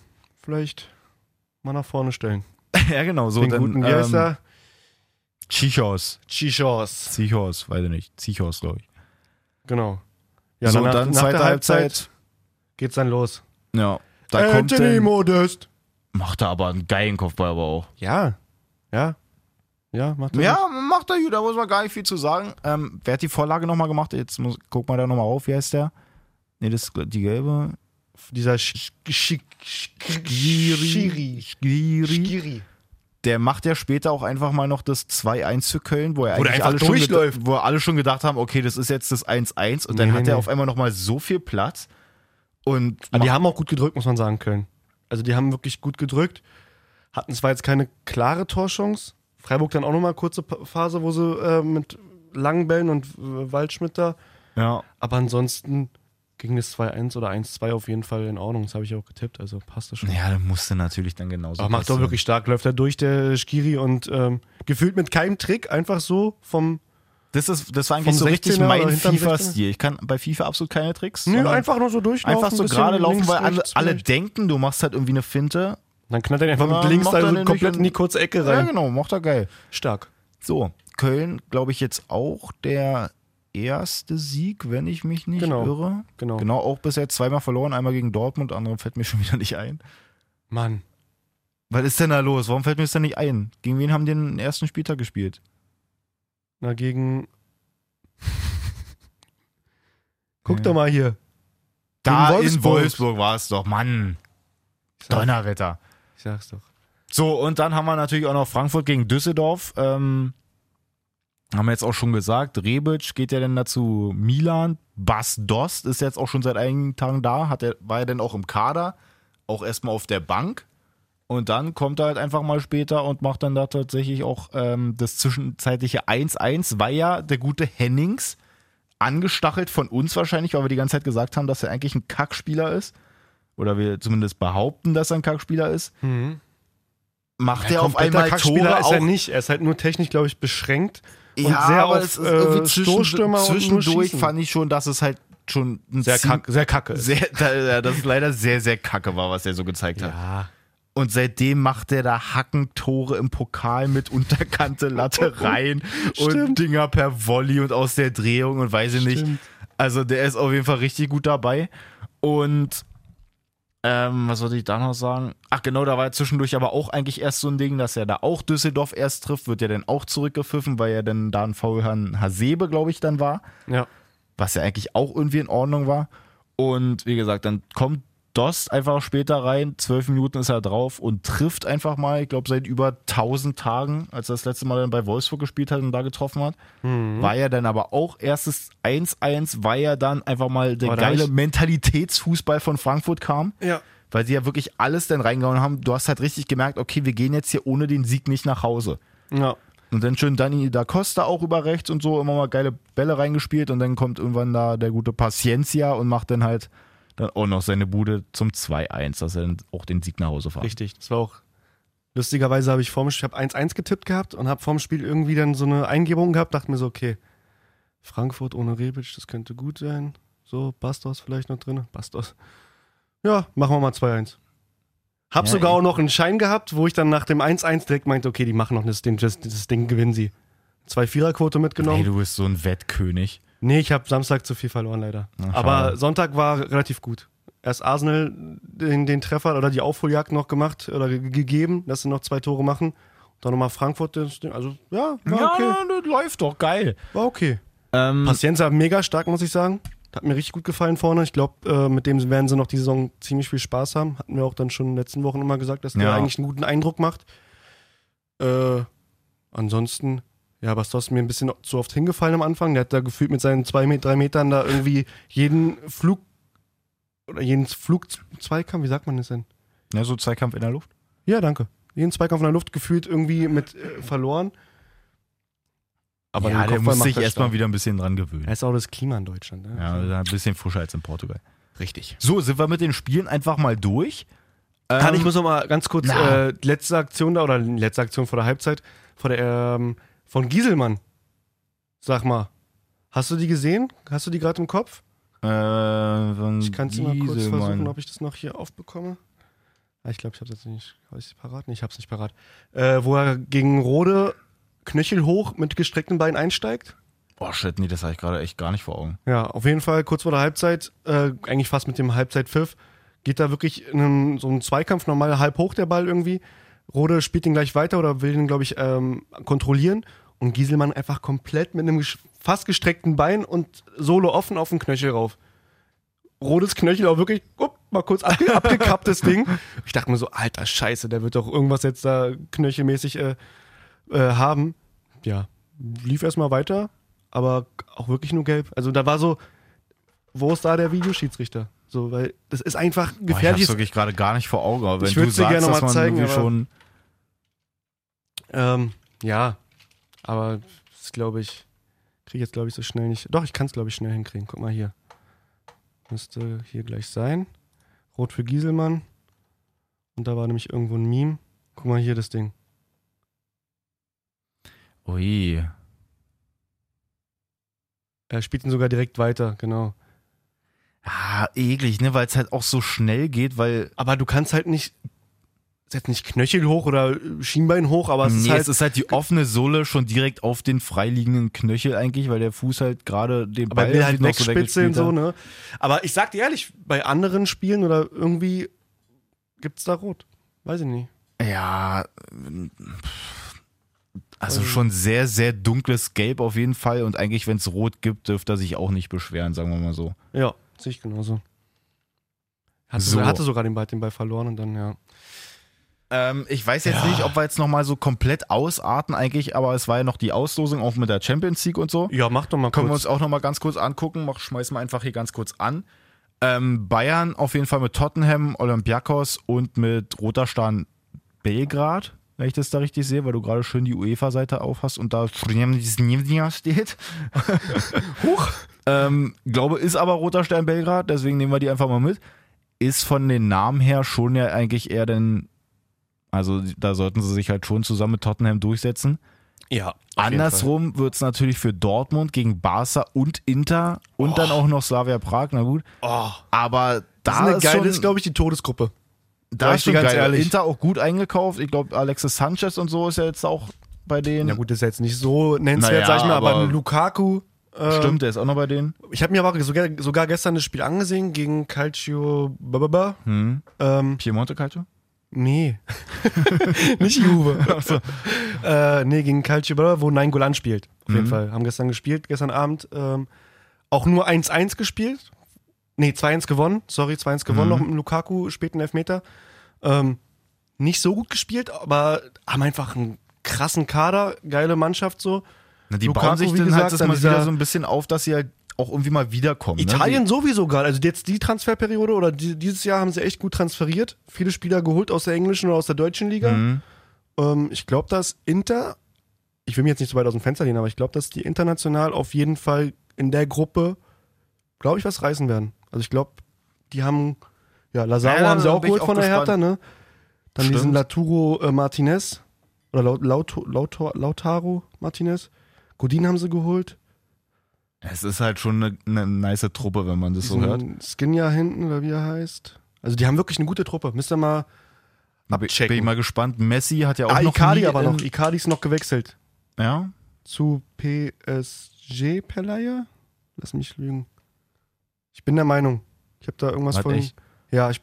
vielleicht mal nach vorne stellen.
ja, genau. So,
Den
dann,
guten Geister.
Ähm, Chichos.
Chichos.
Zichos, weiß ich nicht. Zichos, glaube ich.
Genau. Ja,
so, dann zweite Halbzeit.
geht's dann los.
Ja. Da kommt
Anthony
dann,
Modest.
macht er aber einen geilen Kopfball aber auch.
Ja. Ja. Ja, macht er
Ja, macht er gut, da muss man gar nicht viel zu sagen. Ähm, wer hat die Vorlage nochmal gemacht? Jetzt muss, guck mal da nochmal auf, wie heißt der? Nee, das ist die gelbe.
gut. Dieser Sch- Sch- Sch- Schiri.
Skiri.
Schiri.
Der macht ja später auch einfach mal noch das 2-1 für Köln, wo er
Wo der
eigentlich
einfach
alle schon, ged-
durchläuft.
wo alle schon gedacht haben, okay, das ist jetzt das 1-1 und dann
Nee,
hat er
nee.
auf einmal nochmal so viel Platz und
Aber die haben auch gut gedrückt, muss man sagen, Köln. Also die haben wirklich gut gedrückt. Hatten zwar jetzt keine klare Torchance. Freiburg dann auch nochmal kurze Pa- Phase, wo sie äh, mit langen Bällen und äh, Waldschmidt da.
ja,
Aber ansonsten ging das 2-1 oder 1-2 auf jeden Fall in Ordnung. Das habe ich auch getippt, also passt das schon.
ja, dann musste natürlich dann genauso.
Aber macht doch
passieren.
wirklich stark. Läuft er durch, der Skiri, und ähm, gefühlt mit keinem Trick, einfach so vom.
Das, ist, das war eigentlich
Vom
so richtig
16er
mein
oder hinterm
FIFA-Stil. Ich kann bei FIFA absolut keine Tricks.
Nö,
sondern
einfach nur so durchlaufen.
einfach so
bisschen
gerade laufen,
links,
weil alle,
rechts,
alle
vielleicht.
denken, du machst halt irgendwie eine Finte.
Dann knallt er den einfach
Ja,
mit links
macht er
also
den
komplett
nicht
in die kurze Ecke
Ja,
rein.
genau, macht er geil.
Stark.
So, Köln, glaube ich, jetzt auch der erste Sieg, wenn ich mich nicht
Genau.
irre.
Genau.
Genau, auch bisher zweimal verloren, einmal gegen Dortmund, andere fällt mir schon wieder nicht ein.
Mann.
Was ist denn da los? Warum fällt mir das denn nicht ein? Gegen wen haben die den ersten Spieltag gespielt?
Na, gegen. Guck
Ja.
doch mal hier. Wolfsburg.
war es doch, Mann.
Ich sag-
Donnerwetter.
Ich sag's doch.
So, und dann haben wir natürlich auch noch Frankfurt gegen Düsseldorf. Ähm, haben wir jetzt auch schon gesagt, Rebic geht ja dann dazu Milan. Bas Dost ist jetzt auch schon seit einigen Tagen da, hat er, war ja dann auch im Kader, auch erstmal auf der Bank. Und dann kommt er halt einfach mal später und macht dann da tatsächlich auch ähm, das zwischenzeitliche 1-1, weil ja der gute Hennings, angestachelt von uns wahrscheinlich, weil wir die ganze Zeit gesagt haben, dass er eigentlich ein Kackspieler ist, oder wir zumindest behaupten, dass er ein Kackspieler ist, macht er auf
Mhm. Kompletter
einmal
Kackspieler
Tore
ist
auch
er nicht. Er ist halt nur technisch, glaube ich, beschränkt. Und
ja,
sehr
aber
auf,
es ist irgendwie
äh,
zwischen,
Stoßstürmer und nur
zwischendurch
Schießen.
fand ich schon, dass es halt schon ein
Sehr,
ziem-
kack, sehr kacke. ist.
sehr da- ja, das ist leider sehr sehr kacke war, was er so gezeigt hat.
ja.
Und seitdem macht er da Hackentore im Pokal mit unterkante Latte rein und
Stimmt.
Dinger per Volley und aus der Drehung und weiß ich nicht.
Stimmt.
Also der ist auf jeden Fall richtig gut dabei. Und ähm, was wollte ich da noch sagen? Ach genau, da war ja zwischendurch aber auch eigentlich erst so ein Ding, dass er da auch Düsseldorf erst trifft, wird ja dann auch zurückgepfiffen, weil ja dann da ein Foul an Hasebe, glaube ich, dann war
Ja.
was ja eigentlich auch irgendwie in Ordnung war. Und wie gesagt, dann kommt Dost einfach später rein, zwölf Minuten ist er drauf und trifft einfach mal, ich glaube, seit über 1000 Tagen, als er das letzte Mal dann bei Wolfsburg gespielt hat und da getroffen hat,
Mhm.
war ja dann aber auch erstes 1-1, weil ja dann einfach mal der
Oh, da hab
geile
ich-
Mentalitätsfußball von Frankfurt kam,
Ja.
weil sie ja wirklich alles dann reingehauen haben. Du hast halt richtig gemerkt, okay, wir gehen jetzt hier ohne den Sieg nicht nach Hause.
Ja.
Und dann schön Dani da Costa auch über rechts und so immer mal geile Bälle reingespielt und dann kommt irgendwann da der gute Paciencia und macht dann halt dann auch noch seine Bude zum 2-1, dass er dann auch den Sieg nach Hause fährt.
Richtig, das war auch. Lustigerweise habe ich vorm Spiel, ich habe 1-1 getippt gehabt und habe vorm Spiel irgendwie dann so eine Eingebung gehabt, dachte mir so, okay, Frankfurt ohne Rebic, das könnte gut sein. So, Bastos vielleicht noch drin. Bastos. Ja, machen wir mal 2-1. Hab
Ja,
sogar
ey.
auch noch einen Schein gehabt, wo ich dann nach dem 1-1 direkt meinte, okay, die machen noch das Ding, das, das Ding gewinnen sie. Zwei Viererquote mitgenommen.
Hey, du bist so ein Wettkönig.
Nee, ich habe Samstag zu viel verloren, leider.
Na, schade.
Aber Sonntag war relativ gut. Erst Arsenal den, den Treffer oder die Aufholjagd noch gemacht oder ge- gegeben, dass sie noch zwei Tore machen. Dann nochmal Frankfurt. das Ding- Also, ja, war okay.
ne, das läuft doch geil.
War okay.
Ähm,
Pacienza mega stark, muss ich sagen. Hat mir richtig gut gefallen vorne. Ich glaube, äh, mit dem werden sie noch die Saison ziemlich viel Spaß haben. Hatten wir auch dann schon in den letzten Wochen immer gesagt, dass
Ja.
der eigentlich einen guten Eindruck macht. Äh, ansonsten, ja, Bastos ist mir ein bisschen zu oft hingefallen am Anfang. Der hat da gefühlt mit seinen zwei, Me- drei Metern da irgendwie jeden Flug oder jeden Flugzweikampf, wie sagt man das denn?
ja, so Zweikampf in der Luft.
Ja, danke. Jeden Zweikampf in der Luft gefühlt irgendwie mit äh, verloren. Aber
ja, der
den Kopfball
muss
macht
sich
er
erstmal
stark.
wieder ein bisschen dran gewöhnen.
Er ist auch das Klima in Deutschland. Ne?
Ja, also ein bisschen frischer als in Portugal.
Richtig.
So, sind wir mit den Spielen einfach mal durch.
Kann ich muss noch mal ganz kurz
na.
äh, die letzte Aktion da oder die letzte Aktion vor der Halbzeit vor der, ähm, von Gieselmann. Sag mal, hast du die gesehen? Hast du die gerade im Kopf?
Äh,
Ich kann es mal kurz versuchen, ob ich das noch hier aufbekomme. Ah, Ich glaube, ich habe es jetzt nicht. Habe ich parat? Nee, ich habe es nicht parat. Äh, wo er gegen Rode Knöchel hoch mit gestreckten Beinen einsteigt.
Boah, shit, nee, das habe ich gerade echt gar nicht vor Augen.
Ja, auf jeden Fall kurz vor der Halbzeit, äh, eigentlich fast mit dem Halbzeitpfiff, geht da wirklich in einem, so einem Zweikampf normal halb hoch der Ball irgendwie. Rode spielt den gleich weiter oder will den, glaube ich, ähm, kontrollieren. Und Gieselmann einfach komplett mit einem gesch- fast gestreckten Bein und Solo offen auf den Knöchel rauf. Rodes Knöchel auch wirklich, upp, mal kurz abge abgekappt, das Ding. Ich dachte mir so, alter Scheiße, der wird doch irgendwas jetzt da knöchelmäßig äh, äh, haben. Ja, lief erstmal weiter, aber auch wirklich nur gelb. Also da war so, wo ist da der Videoschiedsrichter? So, weil das ist
Boah,
einfach
ich habe
gefährlich.
es wirklich gerade gar nicht vor Augen. Aber wenn
Ich
du
würd's dir
sagst,
gerne
dass
mal
man
zeigen,
irgendwie
aber-
schon.
Ähm, ja, aber das glaube ich, kriege ich jetzt glaube ich so schnell nicht. Doch, ich kann es glaube ich schnell hinkriegen. Guck mal hier. Müsste hier gleich sein. Rot für Gieselmann. Und da war nämlich irgendwo ein Meme. Guck mal hier das Ding.
Ui.
Er spielt ihn sogar direkt weiter, genau.
Ah, eklig, ne? Weil es halt auch so schnell geht, weil.
Aber du kannst halt nicht, ist jetzt nicht Knöchel hoch oder Schienbein hoch, aber es
nee,
ist halt
es ist halt die offene Sohle schon direkt auf den freiliegenden Knöchel eigentlich, weil der Fuß halt gerade den
Aber
Ball
er will halt
irgendwie noch so
wegspitzeln,
weggespielt
so,
hat.
ne? Aber ich sag dir ehrlich, bei anderen Spielen oder irgendwie gibt's da Rot. Weiß ich nicht.
Ja. ähm, pff. Also schon sehr, sehr dunkles Gelb auf jeden Fall. Und eigentlich, wenn es rot gibt, dürfte er sich auch nicht beschweren, sagen wir mal so.
Ja, sehe ich genauso. Hatte,
So.
so. hatte sogar den Ball, den Ball verloren und dann, ja.
Ähm, ich weiß jetzt nicht, ob wir jetzt nochmal so komplett ausarten eigentlich, aber es war ja noch die Auslosung auch mit der Champions League und so.
Ja, mach doch mal
Können wir
kurz.
uns auch nochmal ganz kurz angucken. Mach, schmeißen wir einfach hier ganz kurz an. Ähm, Bayern auf jeden Fall mit Tottenham, Olympiakos und mit Roter Stern Belgrad, wenn ich das da richtig sehe, weil du gerade schön die UEFA-Seite auf hast und da steht. Huch. Ähm, glaube, ist aber Roter Stern Belgrad, deswegen nehmen wir die einfach mal mit. Ist von den Namen her schon ja eigentlich eher denn, also da sollten sie sich halt schon zusammen mit Tottenham durchsetzen.
ja,
Andersrum wird es natürlich für Dortmund gegen Barca und Inter und dann auch noch Slavia Prag, na gut.
Oh,
Aber
das
da
ist eine
ist,
geile,
schon,
ist, glaube ich, die Todesgruppe.
da
sag
ist
ich dir
schon
ganz
geil.
ehrlich.
Inter auch gut eingekauft. Ich glaube, Alexis Sanchez und so ist ja jetzt auch bei denen.
Na gut, das ist jetzt nicht so nennenswert,
Naja,
sag ich mal, aber,
aber-
Lukaku. ähm,
Stimmt, der ist auch noch bei denen.
Ich habe mir aber sogar, sogar gestern das Spiel angesehen gegen Calcio. Bababa.
Hm.
Ähm,
Piemonte Calcio?
Nee. nicht Juve. äh, nee, gegen Calcio, Brava, wo Nein Golan spielt. Auf jeden Fall. Haben gestern gespielt, gestern Abend. Ähm, auch nur 1-1 gespielt. Nee, 2-1 gewonnen. Sorry, 2-1 gewonnen noch mit dem Lukaku, späten Elfmeter. Ähm, nicht so gut gespielt, aber haben einfach einen krassen Kader, geile Mannschaft so.
Na, die
Lukaku,
bauen sich
wie
dann
gesagt,
halt das
dann
mal
dieser-
wieder so ein bisschen auf, dass sie halt auch irgendwie mal wiederkommen.
Italien
Ne?
sowieso gerade. Also jetzt die Transferperiode oder die, dieses Jahr haben sie echt gut transferiert. Viele Spieler geholt aus der englischen oder aus der deutschen Liga.
Mhm. Hm.
Ähm, ich glaube, dass Inter, ich will mich jetzt nicht so weit aus dem Fenster lehnen, aber ich glaube, dass die international auf jeden Fall in der Gruppe, glaube ich, was reißen werden. Also ich glaube, die haben, ja, Lazaro
Ja,
haben sie
da
auch
bin ich
geholt
auch
von der
gespannt.
Hertha, ne? Dann
Stimmt.
diesen Laturo äh, Martinez oder Laut, Lauto, Lauto, Lautaro Martinez. Godin haben sie geholt.
Die- Es ist halt schon eine, eine nice Truppe, wenn man das so hört.
Diesen Skinja hinten oder wie er heißt. Also die haben wirklich eine gute Truppe. Müsst ihr mal.
Bin
abchecken.
ich mal gespannt. Messi hat ja auch
Ah,
noch
Icardi
nie
aber
in-
noch. Icardi ist noch gewechselt.
Ja,
zu PSG per Leihe? Lass mich lügen. Ich bin der Meinung. Ich habe da irgendwas
Warte,
von.
echt?
Ja, ich,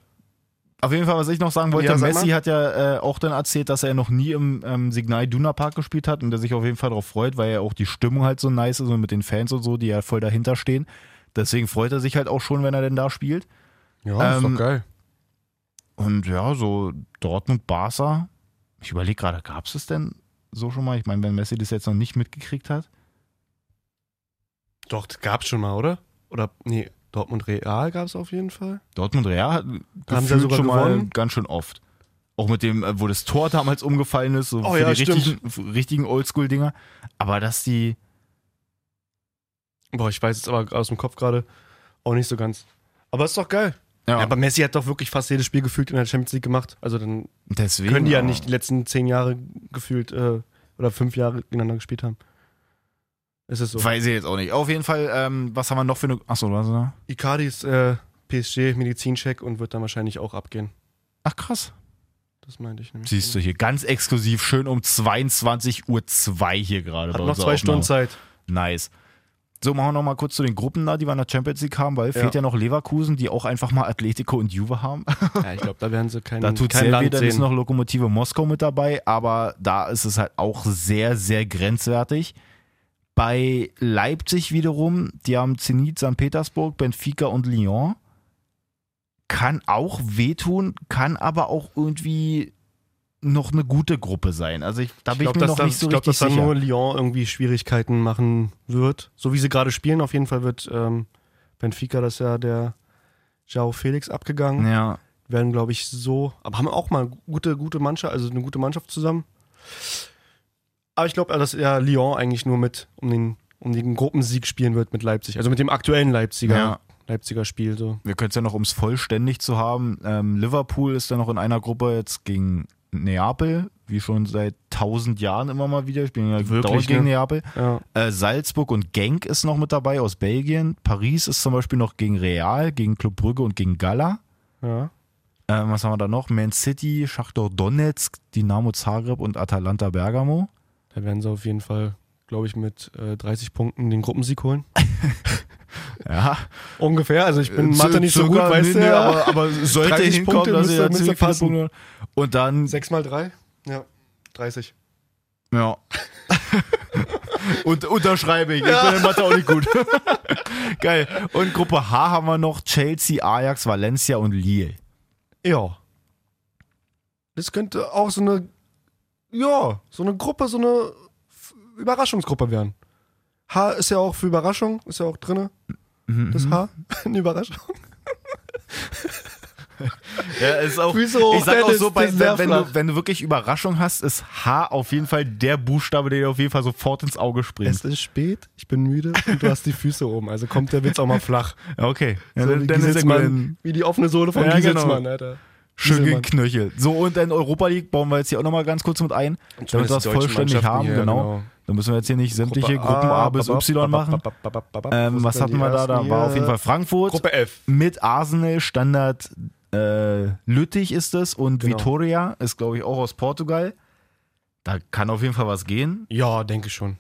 Auf jeden Fall, was ich noch sagen wollte,
Ja, sag
Messi
mal.
hat ja äh, auch dann erzählt, dass er noch nie im ähm, Signal Iduna Park gespielt hat und der sich auf jeden Fall darauf freut, weil ja auch die Stimmung halt so nice ist und mit den Fans und so, die ja voll dahinter stehen. Deswegen freut er sich halt auch schon, wenn er denn da spielt.
ja
ist doch
geil.
Und ja, so Dortmund, Barca. Ich überlege gerade, gab es es denn so schon mal? Ich meine, wenn Messi das jetzt noch nicht mitgekriegt hat.
Doch, das gab's schon mal, oder? Oder, nee, Dortmund Real gab's auf jeden Fall.
Dortmund Real hat
ja
gefühlt
sogar
schon mal
gewonnen.
ganz schön oft. Auch mit dem, äh, wo das Tor damals umgefallen ist, so
Oh
für
ja,
die
stimmt.
richtigen, richtigen Oldschool-Dinger. Aber dass die,
Boah, ich weiß jetzt aber aus dem Kopf gerade auch nicht so ganz. Aber ist doch geil.
Ja.
aber Messi hat doch wirklich fast jedes Spiel gefühlt in der Champions League gemacht. Also dann
Deswegen.
können die ja nicht die letzten zehn Jahre gefühlt äh, oder fünf Jahre gegeneinander gespielt haben. Es ist so.
Weiß ich jetzt auch nicht. Auf jeden Fall, ähm, was haben wir noch für eine. Achso, was ist da?
Icardi ist äh, PSG Medizincheck und wird dann wahrscheinlich auch abgehen.
Ach krass.
Das meinte ich nämlich.
Siehst du hier ganz exklusiv schön um 22.02 Uhr hier gerade.
Hat
bei
noch
unserer
zwei Stunden
Aufnahme.
Zeit.
Nice. So, machen wir noch mal kurz zu den Gruppen da, die wir in der Champions League haben, weil fehlt ja noch Leverkusen, die auch einfach mal Atletico und Juve haben.
Ja, ich glaube, da werden sie kein,
Da tut
kein
Serbi,
Land
dann ist
sehen.
noch Lokomotive Moskau mit dabei, aber da ist es halt auch sehr, sehr grenzwertig. Bei Leipzig wiederum, die haben Zenit, St. Petersburg, Benfica und Lyon. Kann auch wehtun, kann aber auch irgendwie noch eine gute Gruppe sein. Also ich, da bin ich,
glaub,
mir
dass
noch
da-
nicht so
ich glaub,
richtig
dass da
sicher.
nur Lyon irgendwie Schwierigkeiten machen wird. So wie sie gerade spielen, auf jeden Fall wird ähm, Benfica, das ist ja der Jao Felix abgegangen.
ja.
Werden, glaube ich, so, aber haben auch mal gute, gute Mannschaft, also eine gute Mannschaft zusammen. Aber ich glaube, dass ja Lyon eigentlich nur mit um den, um den Gruppensieg spielen wird mit Leipzig. Also mit dem aktuellen Leipziger,
Ja.
Leipziger Spiel. So.
wir können es ja noch, um es vollständig zu haben, ähm, Liverpool ist ja noch in einer Gruppe jetzt gegen Neapel, wie schon seit tausend Jahren immer mal wieder, spielen ja
Wirklich,
dauernd gegen
ne?
Neapel.
Ja.
Äh, Salzburg und Genk ist noch mit dabei aus Belgien. Paris ist zum Beispiel noch gegen Real, gegen Club Brügge und gegen Gala.
ja.
Ähm, was haben wir da noch? Man City, Schachtor Donetsk, Dinamo Zagreb und Atalanta Bergamo.
Da werden sie auf jeden Fall, glaube ich, mit äh, 30 Punkten den Gruppensieg holen.
Ja,
Ungefähr, also ich bin
Äh,
Mathe
zir-
nicht so gut,
circa,
weißt
nee,
du
nee,
ja.
Aber, aber sollte
30
hinkommen,
Punkte
dass
müsste-
ihr
müsste passen.
Und dann
6 mal 3? Ja, 30.
Ja. Und unterschreibe ich. Ich bin in Mathe auch nicht gut. Geil. Und Gruppe H haben wir noch Chelsea, Ajax, Valencia und Lille.
Ja. Das könnte auch so eine, ja, so eine Gruppe, so eine F- Überraschungsgruppe werden. H ist ja auch für Überraschung, ist ja auch drinne. Das H, eine Überraschung.
Ja, ist auch.
Füße hoch,
ich sag auch
Dennis,
so, bei,
das ist sehr
wenn, wenn,
flach.
du, wenn du wirklich Überraschung hast, ist H auf jeden Fall der Buchstabe, der dir auf jeden Fall sofort ins Auge springt.
Es ist spät, ich bin müde und du hast die Füße oben, also kommt der Witz auch mal flach.
Okay. Ja,
So,
dann- dann ist er gut. Dann
Gieselmann, wie die offene Sohle von
Ja,
ja,
genau.
Gieselmann, Alter.
Schön
Gieselmann.
gegen Knöchel. So, und in Europa League bauen wir jetzt hier auch nochmal ganz kurz mit ein, damit wir das
die deutschen
vollständig
Mannschaften
haben.
hier,
genau.
genau.
Dann müssen wir jetzt hier nicht sämtliche Gruppen A bis Y machen. Ähm, was hatten wir da? Da war auf jeden Fall Frankfurt.
Gruppe F.
mit Arsenal, Standard äh, Lüttich ist es und
Genau.
Vitória ist, glaube ich, auch aus Portugal. Da kann auf jeden Fall was gehen.
Ja, denke schon.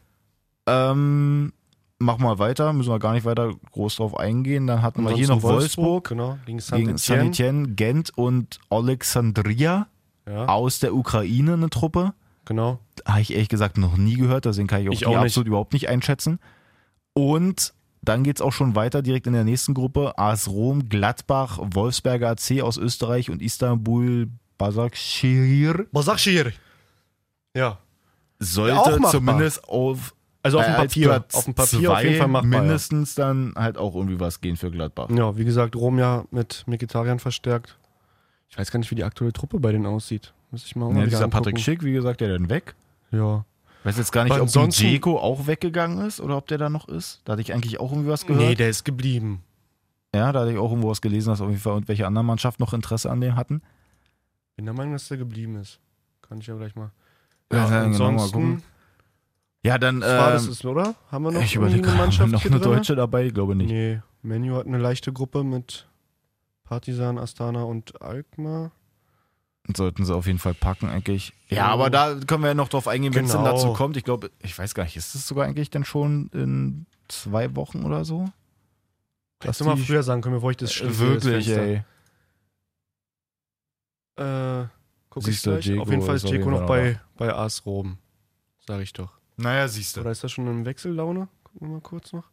Ähm, mach mal weiter, müssen wir gar nicht weiter groß drauf eingehen. Dann hatten wir hier noch Wolfsburg,
Genau,
gegen
gegen
San
Saint-Etienne.
Etienne, Gent und Alexandria
Ja,
aus der Ukraine eine Truppe.
genau.
Habe ich ehrlich gesagt noch nie gehört, deswegen kann ich auch,
Ich
die
auch nicht.
absolut überhaupt nicht einschätzen. Und dann geht es auch schon weiter, direkt in der nächsten Gruppe. AS Rom, Gladbach, Wolfsberger AC aus Österreich und Istanbul Basakşehir
Basakşehir. Ja. Auch
sollte
machbar.
zumindest auf,
Also auf dem
äh, als
Papier.
Platz
Auf dem Papier
zwei
auf jeden Fall machbar. ja.
mindestens dann halt auch irgendwie was gehen für Gladbach.
Ja, wie gesagt, Rom ja mit Mikitarian verstärkt. Ich weiß gar nicht, wie die aktuelle Truppe bei denen aussieht. Muss ich mal auch mal
Ja,
wieder
dieser
angucken.
Patrick Schick, wie gesagt, der dann weg.
Ja.
Weiß jetzt gar nicht,
Aber
ob
ansonsten-
Dzeko auch weggegangen ist oder ob der da noch ist. Da hatte ich eigentlich auch irgendwie was gehört.
Nee, der ist geblieben.
Ja, da hatte ich auch irgendwo was gelesen, dass auf jeden Fall irgendwelche anderen Mannschaften noch Interesse an dem hatten.
Bin der Meinung, dass der geblieben ist. Kann ich ja gleich mal.
Ja, ja, genau, mal gucken.
ansonsten,
Ja, dann.
was war das,
ähm,
ist, oder? Haben wir noch
ich
irgendwie
überlege gerade, haben wir noch
hier
eine
drinne?
Deutsche dabei? Ich glaube nicht.
Nee, Menu hat eine leichte Gruppe mit Partisan, Astana und Alkmaar.
Sollten sie auf jeden Fall packen, eigentlich. Ja,
Ja.
aber da können wir ja noch drauf eingehen, wenn es
Genau.
dann dazu kommt. Ich glaube, ich weiß gar nicht, ist es sogar eigentlich dann schon in zwei Wochen oder so?
Lass mal früher sagen können, bevor ich das schließe,
Wirklich,
das Fenster.
ey.
Äh, guck ich
Siehst du,
gleich.
Dzeko
auf jeden Fall
ist
ist
auf
Dzeko
jeden
noch
Fall
bei, bei AS Rom. Sag ich doch.
Naja, siehst
Oder ist das schon in Wechsellaune? Gucken wir mal kurz noch.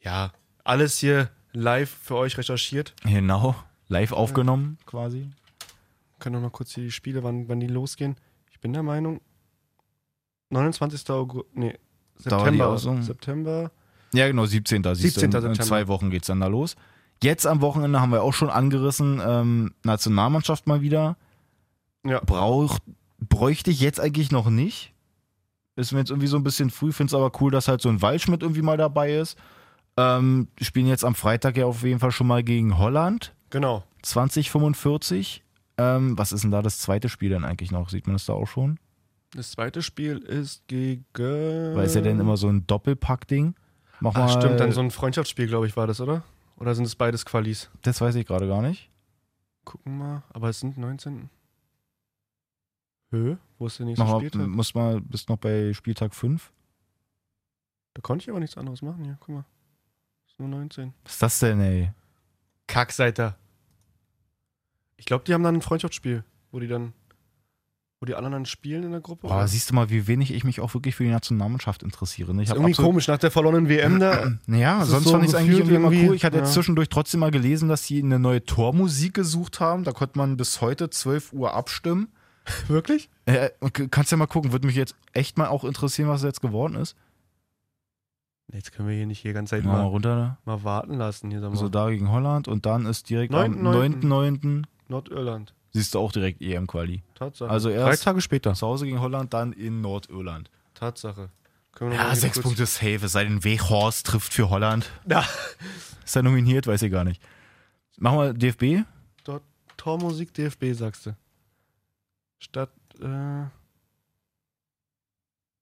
Ja, alles hier live für euch recherchiert.
Genau. Live aufgenommen, quasi.
Können wir mal kurz hier die Spiele, wann, wann die losgehen. Ich bin der Meinung, 29. August, nee,
Da war die ne?
September.
Auslosung.
September.
Ja, genau, 17. Siehst
17.
du, in, in
September.
zwei Wochen geht's dann da los. Jetzt am Wochenende haben wir auch schon angerissen, ähm, Nationalmannschaft mal wieder.
Ja.
Braucht, bräuchte ich jetzt eigentlich noch nicht. Ist mir jetzt irgendwie so ein bisschen früh, finde es aber cool, dass halt so ein Waldschmidt irgendwie mal dabei ist. Ähm, spielen jetzt am Freitag ja auf jeden Fall schon mal gegen Holland.
Genau.
2045. Ähm, was ist denn da das zweite Spiel dann eigentlich noch? Sieht man das da auch schon?
Das zweite Spiel ist gegen.
Weil ist ja dann immer so ein Doppelpack-Ding. Mach
Ach, stimmt, dann so ein Freundschaftsspiel, glaube ich, war das, oder? Oder sind es beides Qualis?
das weiß ich gerade gar nicht.
Gucken wir mal. Aber es sind 19. Hö? Wo ist der nächste
Mach mal,
Spieltag?
muss mal, bist noch bei Spieltag 5.
Da konnte ich aber nichts anderes machen. Hier, guck mal. Ist nur 19.
Was ist das denn, ey?
Kackseiter. Ich glaube, die haben dann ein Freundschaftsspiel, wo die dann. Wo die anderen dann spielen in der Gruppe.
Boah, siehst du mal, wie wenig ich mich auch wirklich für die Nationalmannschaft interessiere. Ne? Ich
ist
hab
irgendwie
absolut-
komisch nach der verlorenen WM da.
Ja,
Das ist
sonst
so
fand ich es eigentlich
gefühlt
irgendwie immer
irgendwie,
cool. Ich hatte
ja.
jetzt zwischendurch trotzdem mal gelesen, dass sie eine neue Tormusik gesucht haben. Da konnte man bis heute 12 Uhr abstimmen.
Wirklich?
Äh, und k- kannst ja mal gucken, würde mich jetzt echt mal auch interessieren, was jetzt geworden ist.
Jetzt können wir hier nicht hier ganze Zeit
Mach mal
mal,
runter da.
mal warten lassen. Hier sagen wir.
Also da gegen Holland und dann ist direkt am
9.9..
9.9.
Nordirland.
siehst du auch direkt EM-Quali.
Tatsache.
Also
Drei
erst
Tage später.
zu Hause gegen Holland, dann in Nordirland.
Tatsache. Können wir noch
Ja,
mal
sechs
kurz-
Punkte safe, es sei denn, Weghorst trifft für Holland.
Na.
Ist er nominiert, weiß ich gar nicht. Machen wir DFB.
Tormusik DFB, sagst du. Statt. Äh,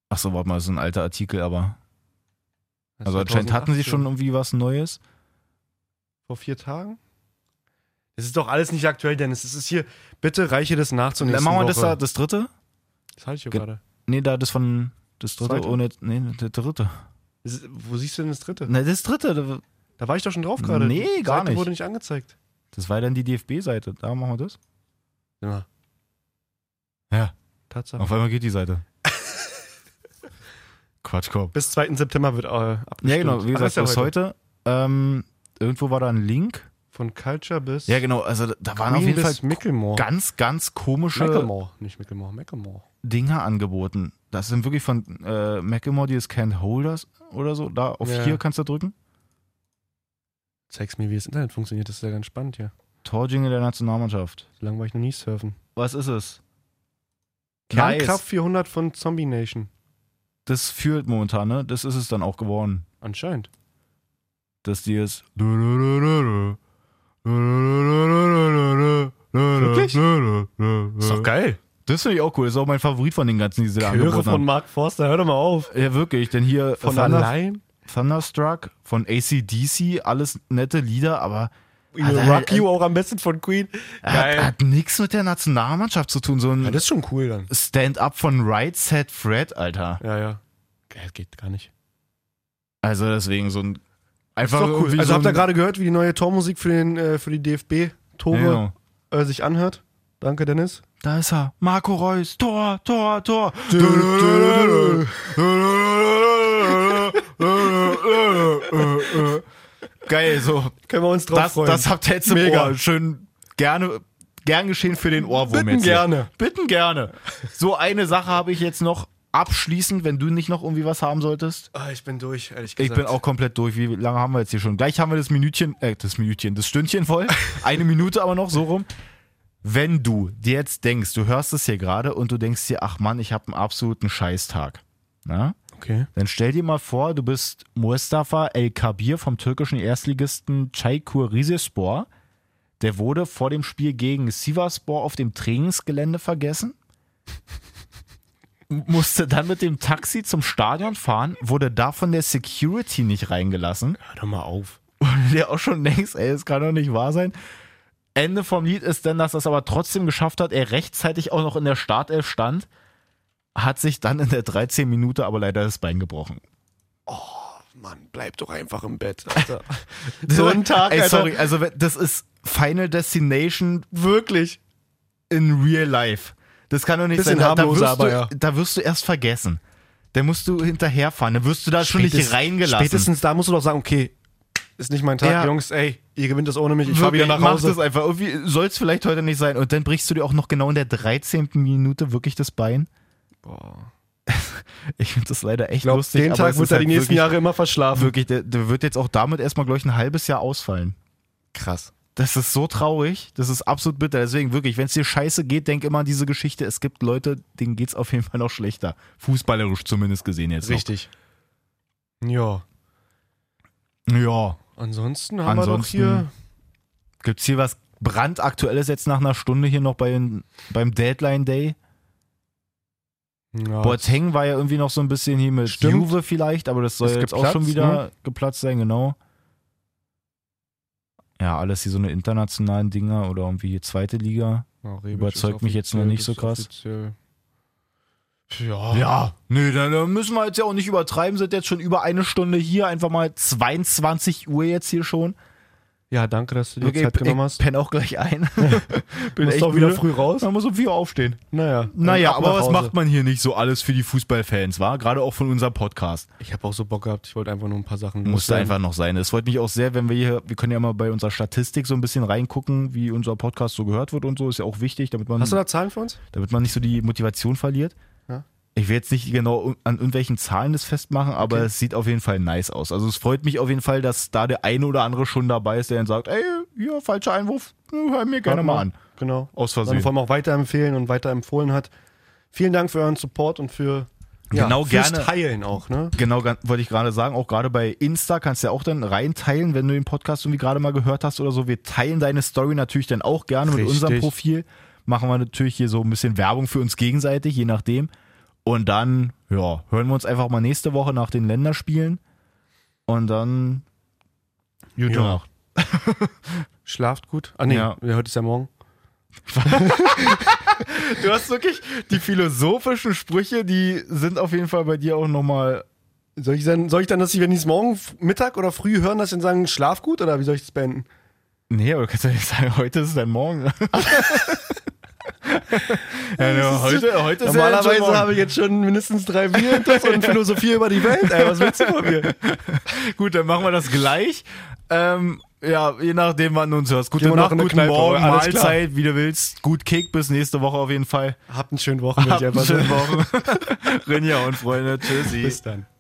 Achso, warte mal, das ist ein alter Artikel, aber. Also anscheinend hatten sie schon irgendwie was Neues.
Vor vier Tagen? Es ist doch alles nicht aktuell, Dennis. Es ist hier. Bitte reiche das nach zur
Dann
nächsten
machen wir
Woche.
das da, das dritte?
das halte ich hier
Ge-
gerade.
Nee, da das von. Das dritte
Zweite?
ohne. Nee, das dritte.
Es ist- Wo siehst du denn das dritte?
Ne, das dritte. da-
Da war ich doch schon drauf gerade.
Nee,
Die
gar
Seite
nicht.
wurde nicht angezeigt.
Das war dann die DFB-Seite. Da machen wir das.
Ja.
Ja.
Tatsache.
Auf einmal geht die Seite. Quatschkorb.
Bis 2. September wird äh, abgestimmt.
Ja, genau. Wie
Ach,
gesagt,
ist ja
bis heute. Ähm, irgendwo war da ein Link.
Von Culture bis.
Ja, genau. Also da- da waren
Green
auf jeden Fall
bis Mickelmore.
ganz, ganz komische
Mickelmore. Nicht Mickelmore, Mickelmore.
Dinge angeboten. Das sind wirklich von äh, Macklemore, dieses Can't Holders oder so. Da auf
Ja.
hier kannst du drücken.
Zeig's mir, wie das Internet funktioniert. Das ist ja ganz spannend hier.
Torjingle der Nationalmannschaft.
So lange war ich noch nie surfen.
Was ist es?
Kernkraft
Nice.
400 von Zombie Nation.
Das führt momentan, ne? Das ist es dann auch geworden.
Anscheinend.
Das die ist.
Wirklich? Äh,
Ist doch geil. Das finde ich auch cool. Das ist auch mein Favorit von den ganzen, die sie da
Chöre
angeboten
von
haben.
Mark Forster, hör doch mal auf.
Ja, wirklich. Denn hier
Von
Thunder-
allein.
Thunderstruck, von ACDC, alles nette Lieder, aber
You
Hat er
Rock
halt-
You auch am besten von Queen.
hat,
Geil.
hat nichts mit der Nationalmannschaft zu tun. So ein
Ja, Ah, das ist schon cool dann.
Stand-up von Right Set Fred, Alter.
Ja, ja. Geil, geht gar nicht.
Also deswegen so ein
Ist
einfach
doch cool.
irgendwie
Also
so
habt ihr
ein-
gerade gehört, wie die neue Tormusik für, den, äh, für die
Ja,
DFB-Tore
genau.
äh, sich anhört? Danke, Dennis.
Da ist er. Marco Reus. Tor, Tor, Tor. Geil, so.
Können wir uns drauf
Das,
freuen.
das habt ihr jetzt im
Mega.
Ohr. Schön gerne, gern geschehen für den Ohrwurm
Bitten
jetzt. hier.
gerne.
Bitten gerne. So eine Sache habe ich jetzt noch abschließend, wenn du nicht noch irgendwie was haben solltest.
Ah, ich bin durch, ehrlich
Ich
gesagt.
bin auch komplett durch. Wie lange haben wir jetzt hier schon? Gleich haben wir das Minütchen, äh, das Minütchen, das Stündchen voll. Eine Minute aber noch so rum. Wenn du dir jetzt denkst, du hörst es hier gerade und du denkst dir, ach Mann, ich habe einen absoluten Scheißtag. ne? Na?
Okay.
Dann stell dir mal vor, du bist Mustafa El Kabir vom türkischen Erstligisten Çaykur Rizespor. Der wurde vor dem Spiel gegen Sivaspor auf dem Trainingsgelände vergessen. Musste dann mit dem Taxi zum Stadion fahren, wurde da von der Security nicht reingelassen.
Hör doch mal auf.
Und der auch schon längst, ey, das kann doch nicht wahr sein. Ende vom Lied ist dann, dass er es aber trotzdem geschafft hat, er rechtzeitig auch noch in der Startelf stand, hat sich dann in der 13 Minute aber leider das Bein gebrochen.
Mann, bleib doch einfach im Bett, Alter. so ein Tag,
Ey,
Alter.
sorry, also we- das ist Final Destination
Wirklich.
in real life. Das kann doch nicht
Bisschen
sein. Da, da,
harmloser,
wirst
aber
du,
ja.
da wirst du erst vergessen. Da musst du hinterherfahren. Da wirst du da schon nicht
Spätestens-
reingelassen.
Spätestens da musst du doch sagen, okay, ist nicht mein Tag,
Ja.
Jungs, ey, ihr gewinnt das ohne mich, ich
ich
fahr wieder nach
mach das
Hause.
einfach. Irgendwie soll es vielleicht heute nicht sein. Und dann brichst du dir auch noch genau in der 13. Minute wirklich das Bein. Ich finde das leider echt
Ich glaube,
lustig.
den
aber
Tag
es
wird
ist
er
halt
die nächsten
wirklich,
Jahre immer verschlafen.
Wirklich, der, der wird jetzt auch damit erstmal, glaube ich, ein halbes Jahr ausfallen.
Krass.
Das ist so traurig, das ist absolut bitter. Deswegen wirklich, wenn es dir scheiße geht, denk immer an diese Geschichte. Es gibt Leute, denen geht es auf jeden Fall noch schlechter. Fußballerisch zumindest gesehen jetzt.
Richtig. Ja.
Noch. Ja.
Ansonsten haben
Ansonsten
wir doch hier.
Gibt es hier was brandaktuelles jetzt nach einer Stunde hier noch bei, den- beim Deadline Day?
Ja,
Boateng war ja irgendwie noch so ein bisschen hier mit
Stimmt.
Juve vielleicht, aber das soll
Ist
jetzt auch
geplatzt, ne?
schon wieder geplatzt sein, genau. Ja, alles hier so eine internationalen Dinger oder irgendwie hier zweite Liga.
ja, Rebic
überzeugt
ist
mich jetzt noch
offiziell-
nicht so
ist
krass.
offiziell. Ja.
Ja, nee, dann äh, müssen wir jetzt ja auch nicht übertreiben, sind jetzt schon über eine Stunde hier, einfach mal 22 Uhr jetzt hier schon.
Ja, danke, dass du dir
Okay,
Zeit
ich
genommen hast.
penn auch gleich ein.
Bin
echt
auch wieder
müde.
früh raus.
Man muss um vier Uhr aufstehen.
Naja.
Naja, aber was macht
man?
man hier nicht so alles für die Fußballfans, war? Gerade auch von unserem Podcast.
Ich habe auch so Bock gehabt. Ich wollte einfach nur ein paar Sachen.
Musste
loswerden.
einfach noch sein. Es freut mich auch sehr, wenn wir hier, wir können ja mal bei unserer Statistik so ein bisschen reingucken, wie unser Podcast so gehört wird und so. Ist ja auch wichtig, damit man,
Hast du da Zahlen für uns?
damit man nicht so die Motivation verliert.
Ja.
Ich will jetzt nicht genau un- an irgendwelchen Zahlen das festmachen, aber es sieht auf jeden Fall nice aus. Also es freut mich auf jeden Fall, dass da der eine oder andere schon dabei ist, der dann sagt, ey, hier, falscher Einwurf, hm, hör mir gerne
Warte
mal an.
Genau.
Aus
Dann
Versehen.
vor allem auch weiterempfehlen und weiterempfohlen hat. Vielen Dank für euren Support und für
Genau,
fürs
gerne.
Teilen auch, ne?
Genau, gan- wollte ich gerade sagen, auch gerade bei Insta kannst du ja auch dann reinteilen, wenn du den Podcast irgendwie gerade mal gehört hast oder so. Wir teilen deine Story natürlich dann auch gerne mit
Richtig.
unserem Profil. Machen wir natürlich hier so ein bisschen Werbung für uns gegenseitig, je nachdem. Und dann, ja, hören wir uns einfach mal nächste Woche nach den Länderspielen. Und dann gute
Ja.
Nacht.
Schlaft gut. Ah nee,
Ja.
ja, heute ist ja morgen.
Du hast wirklich die philosophischen Sprüche, die sind auf jeden Fall bei dir auch nochmal.
Soll ich dann, soll ich dann dass ich, wenn die es morgen f- Mittag oder früh hören, dass sie dann sagen, schlaf gut oder wie soll ich das beenden?
Nee, aber du kannst ja nicht sagen, heute ist dein Morgen. ja, nur heute, heute ist ja jetzt schon
Normalerweise
morgen.
habe ich jetzt schon mindestens drei Bier intus und Philosophie über die Welt. Ey, was willst du von mir?
Gut, dann machen wir das gleich. Ähm, ja, je nachdem, wann du uns hörst. Gute
wir noch
Nacht,
in eine
guten
Kneipe,
Morgen,
alles klar.
Mahlzeit, wie du willst. Gut Kick, bis nächste Woche auf jeden Fall.
Habt einen schönen Wochenende.
Habt
ich
eine
einfach
schöne
sagen.
Woche. Rinja und Freunde, tschüssi.
Bis dann.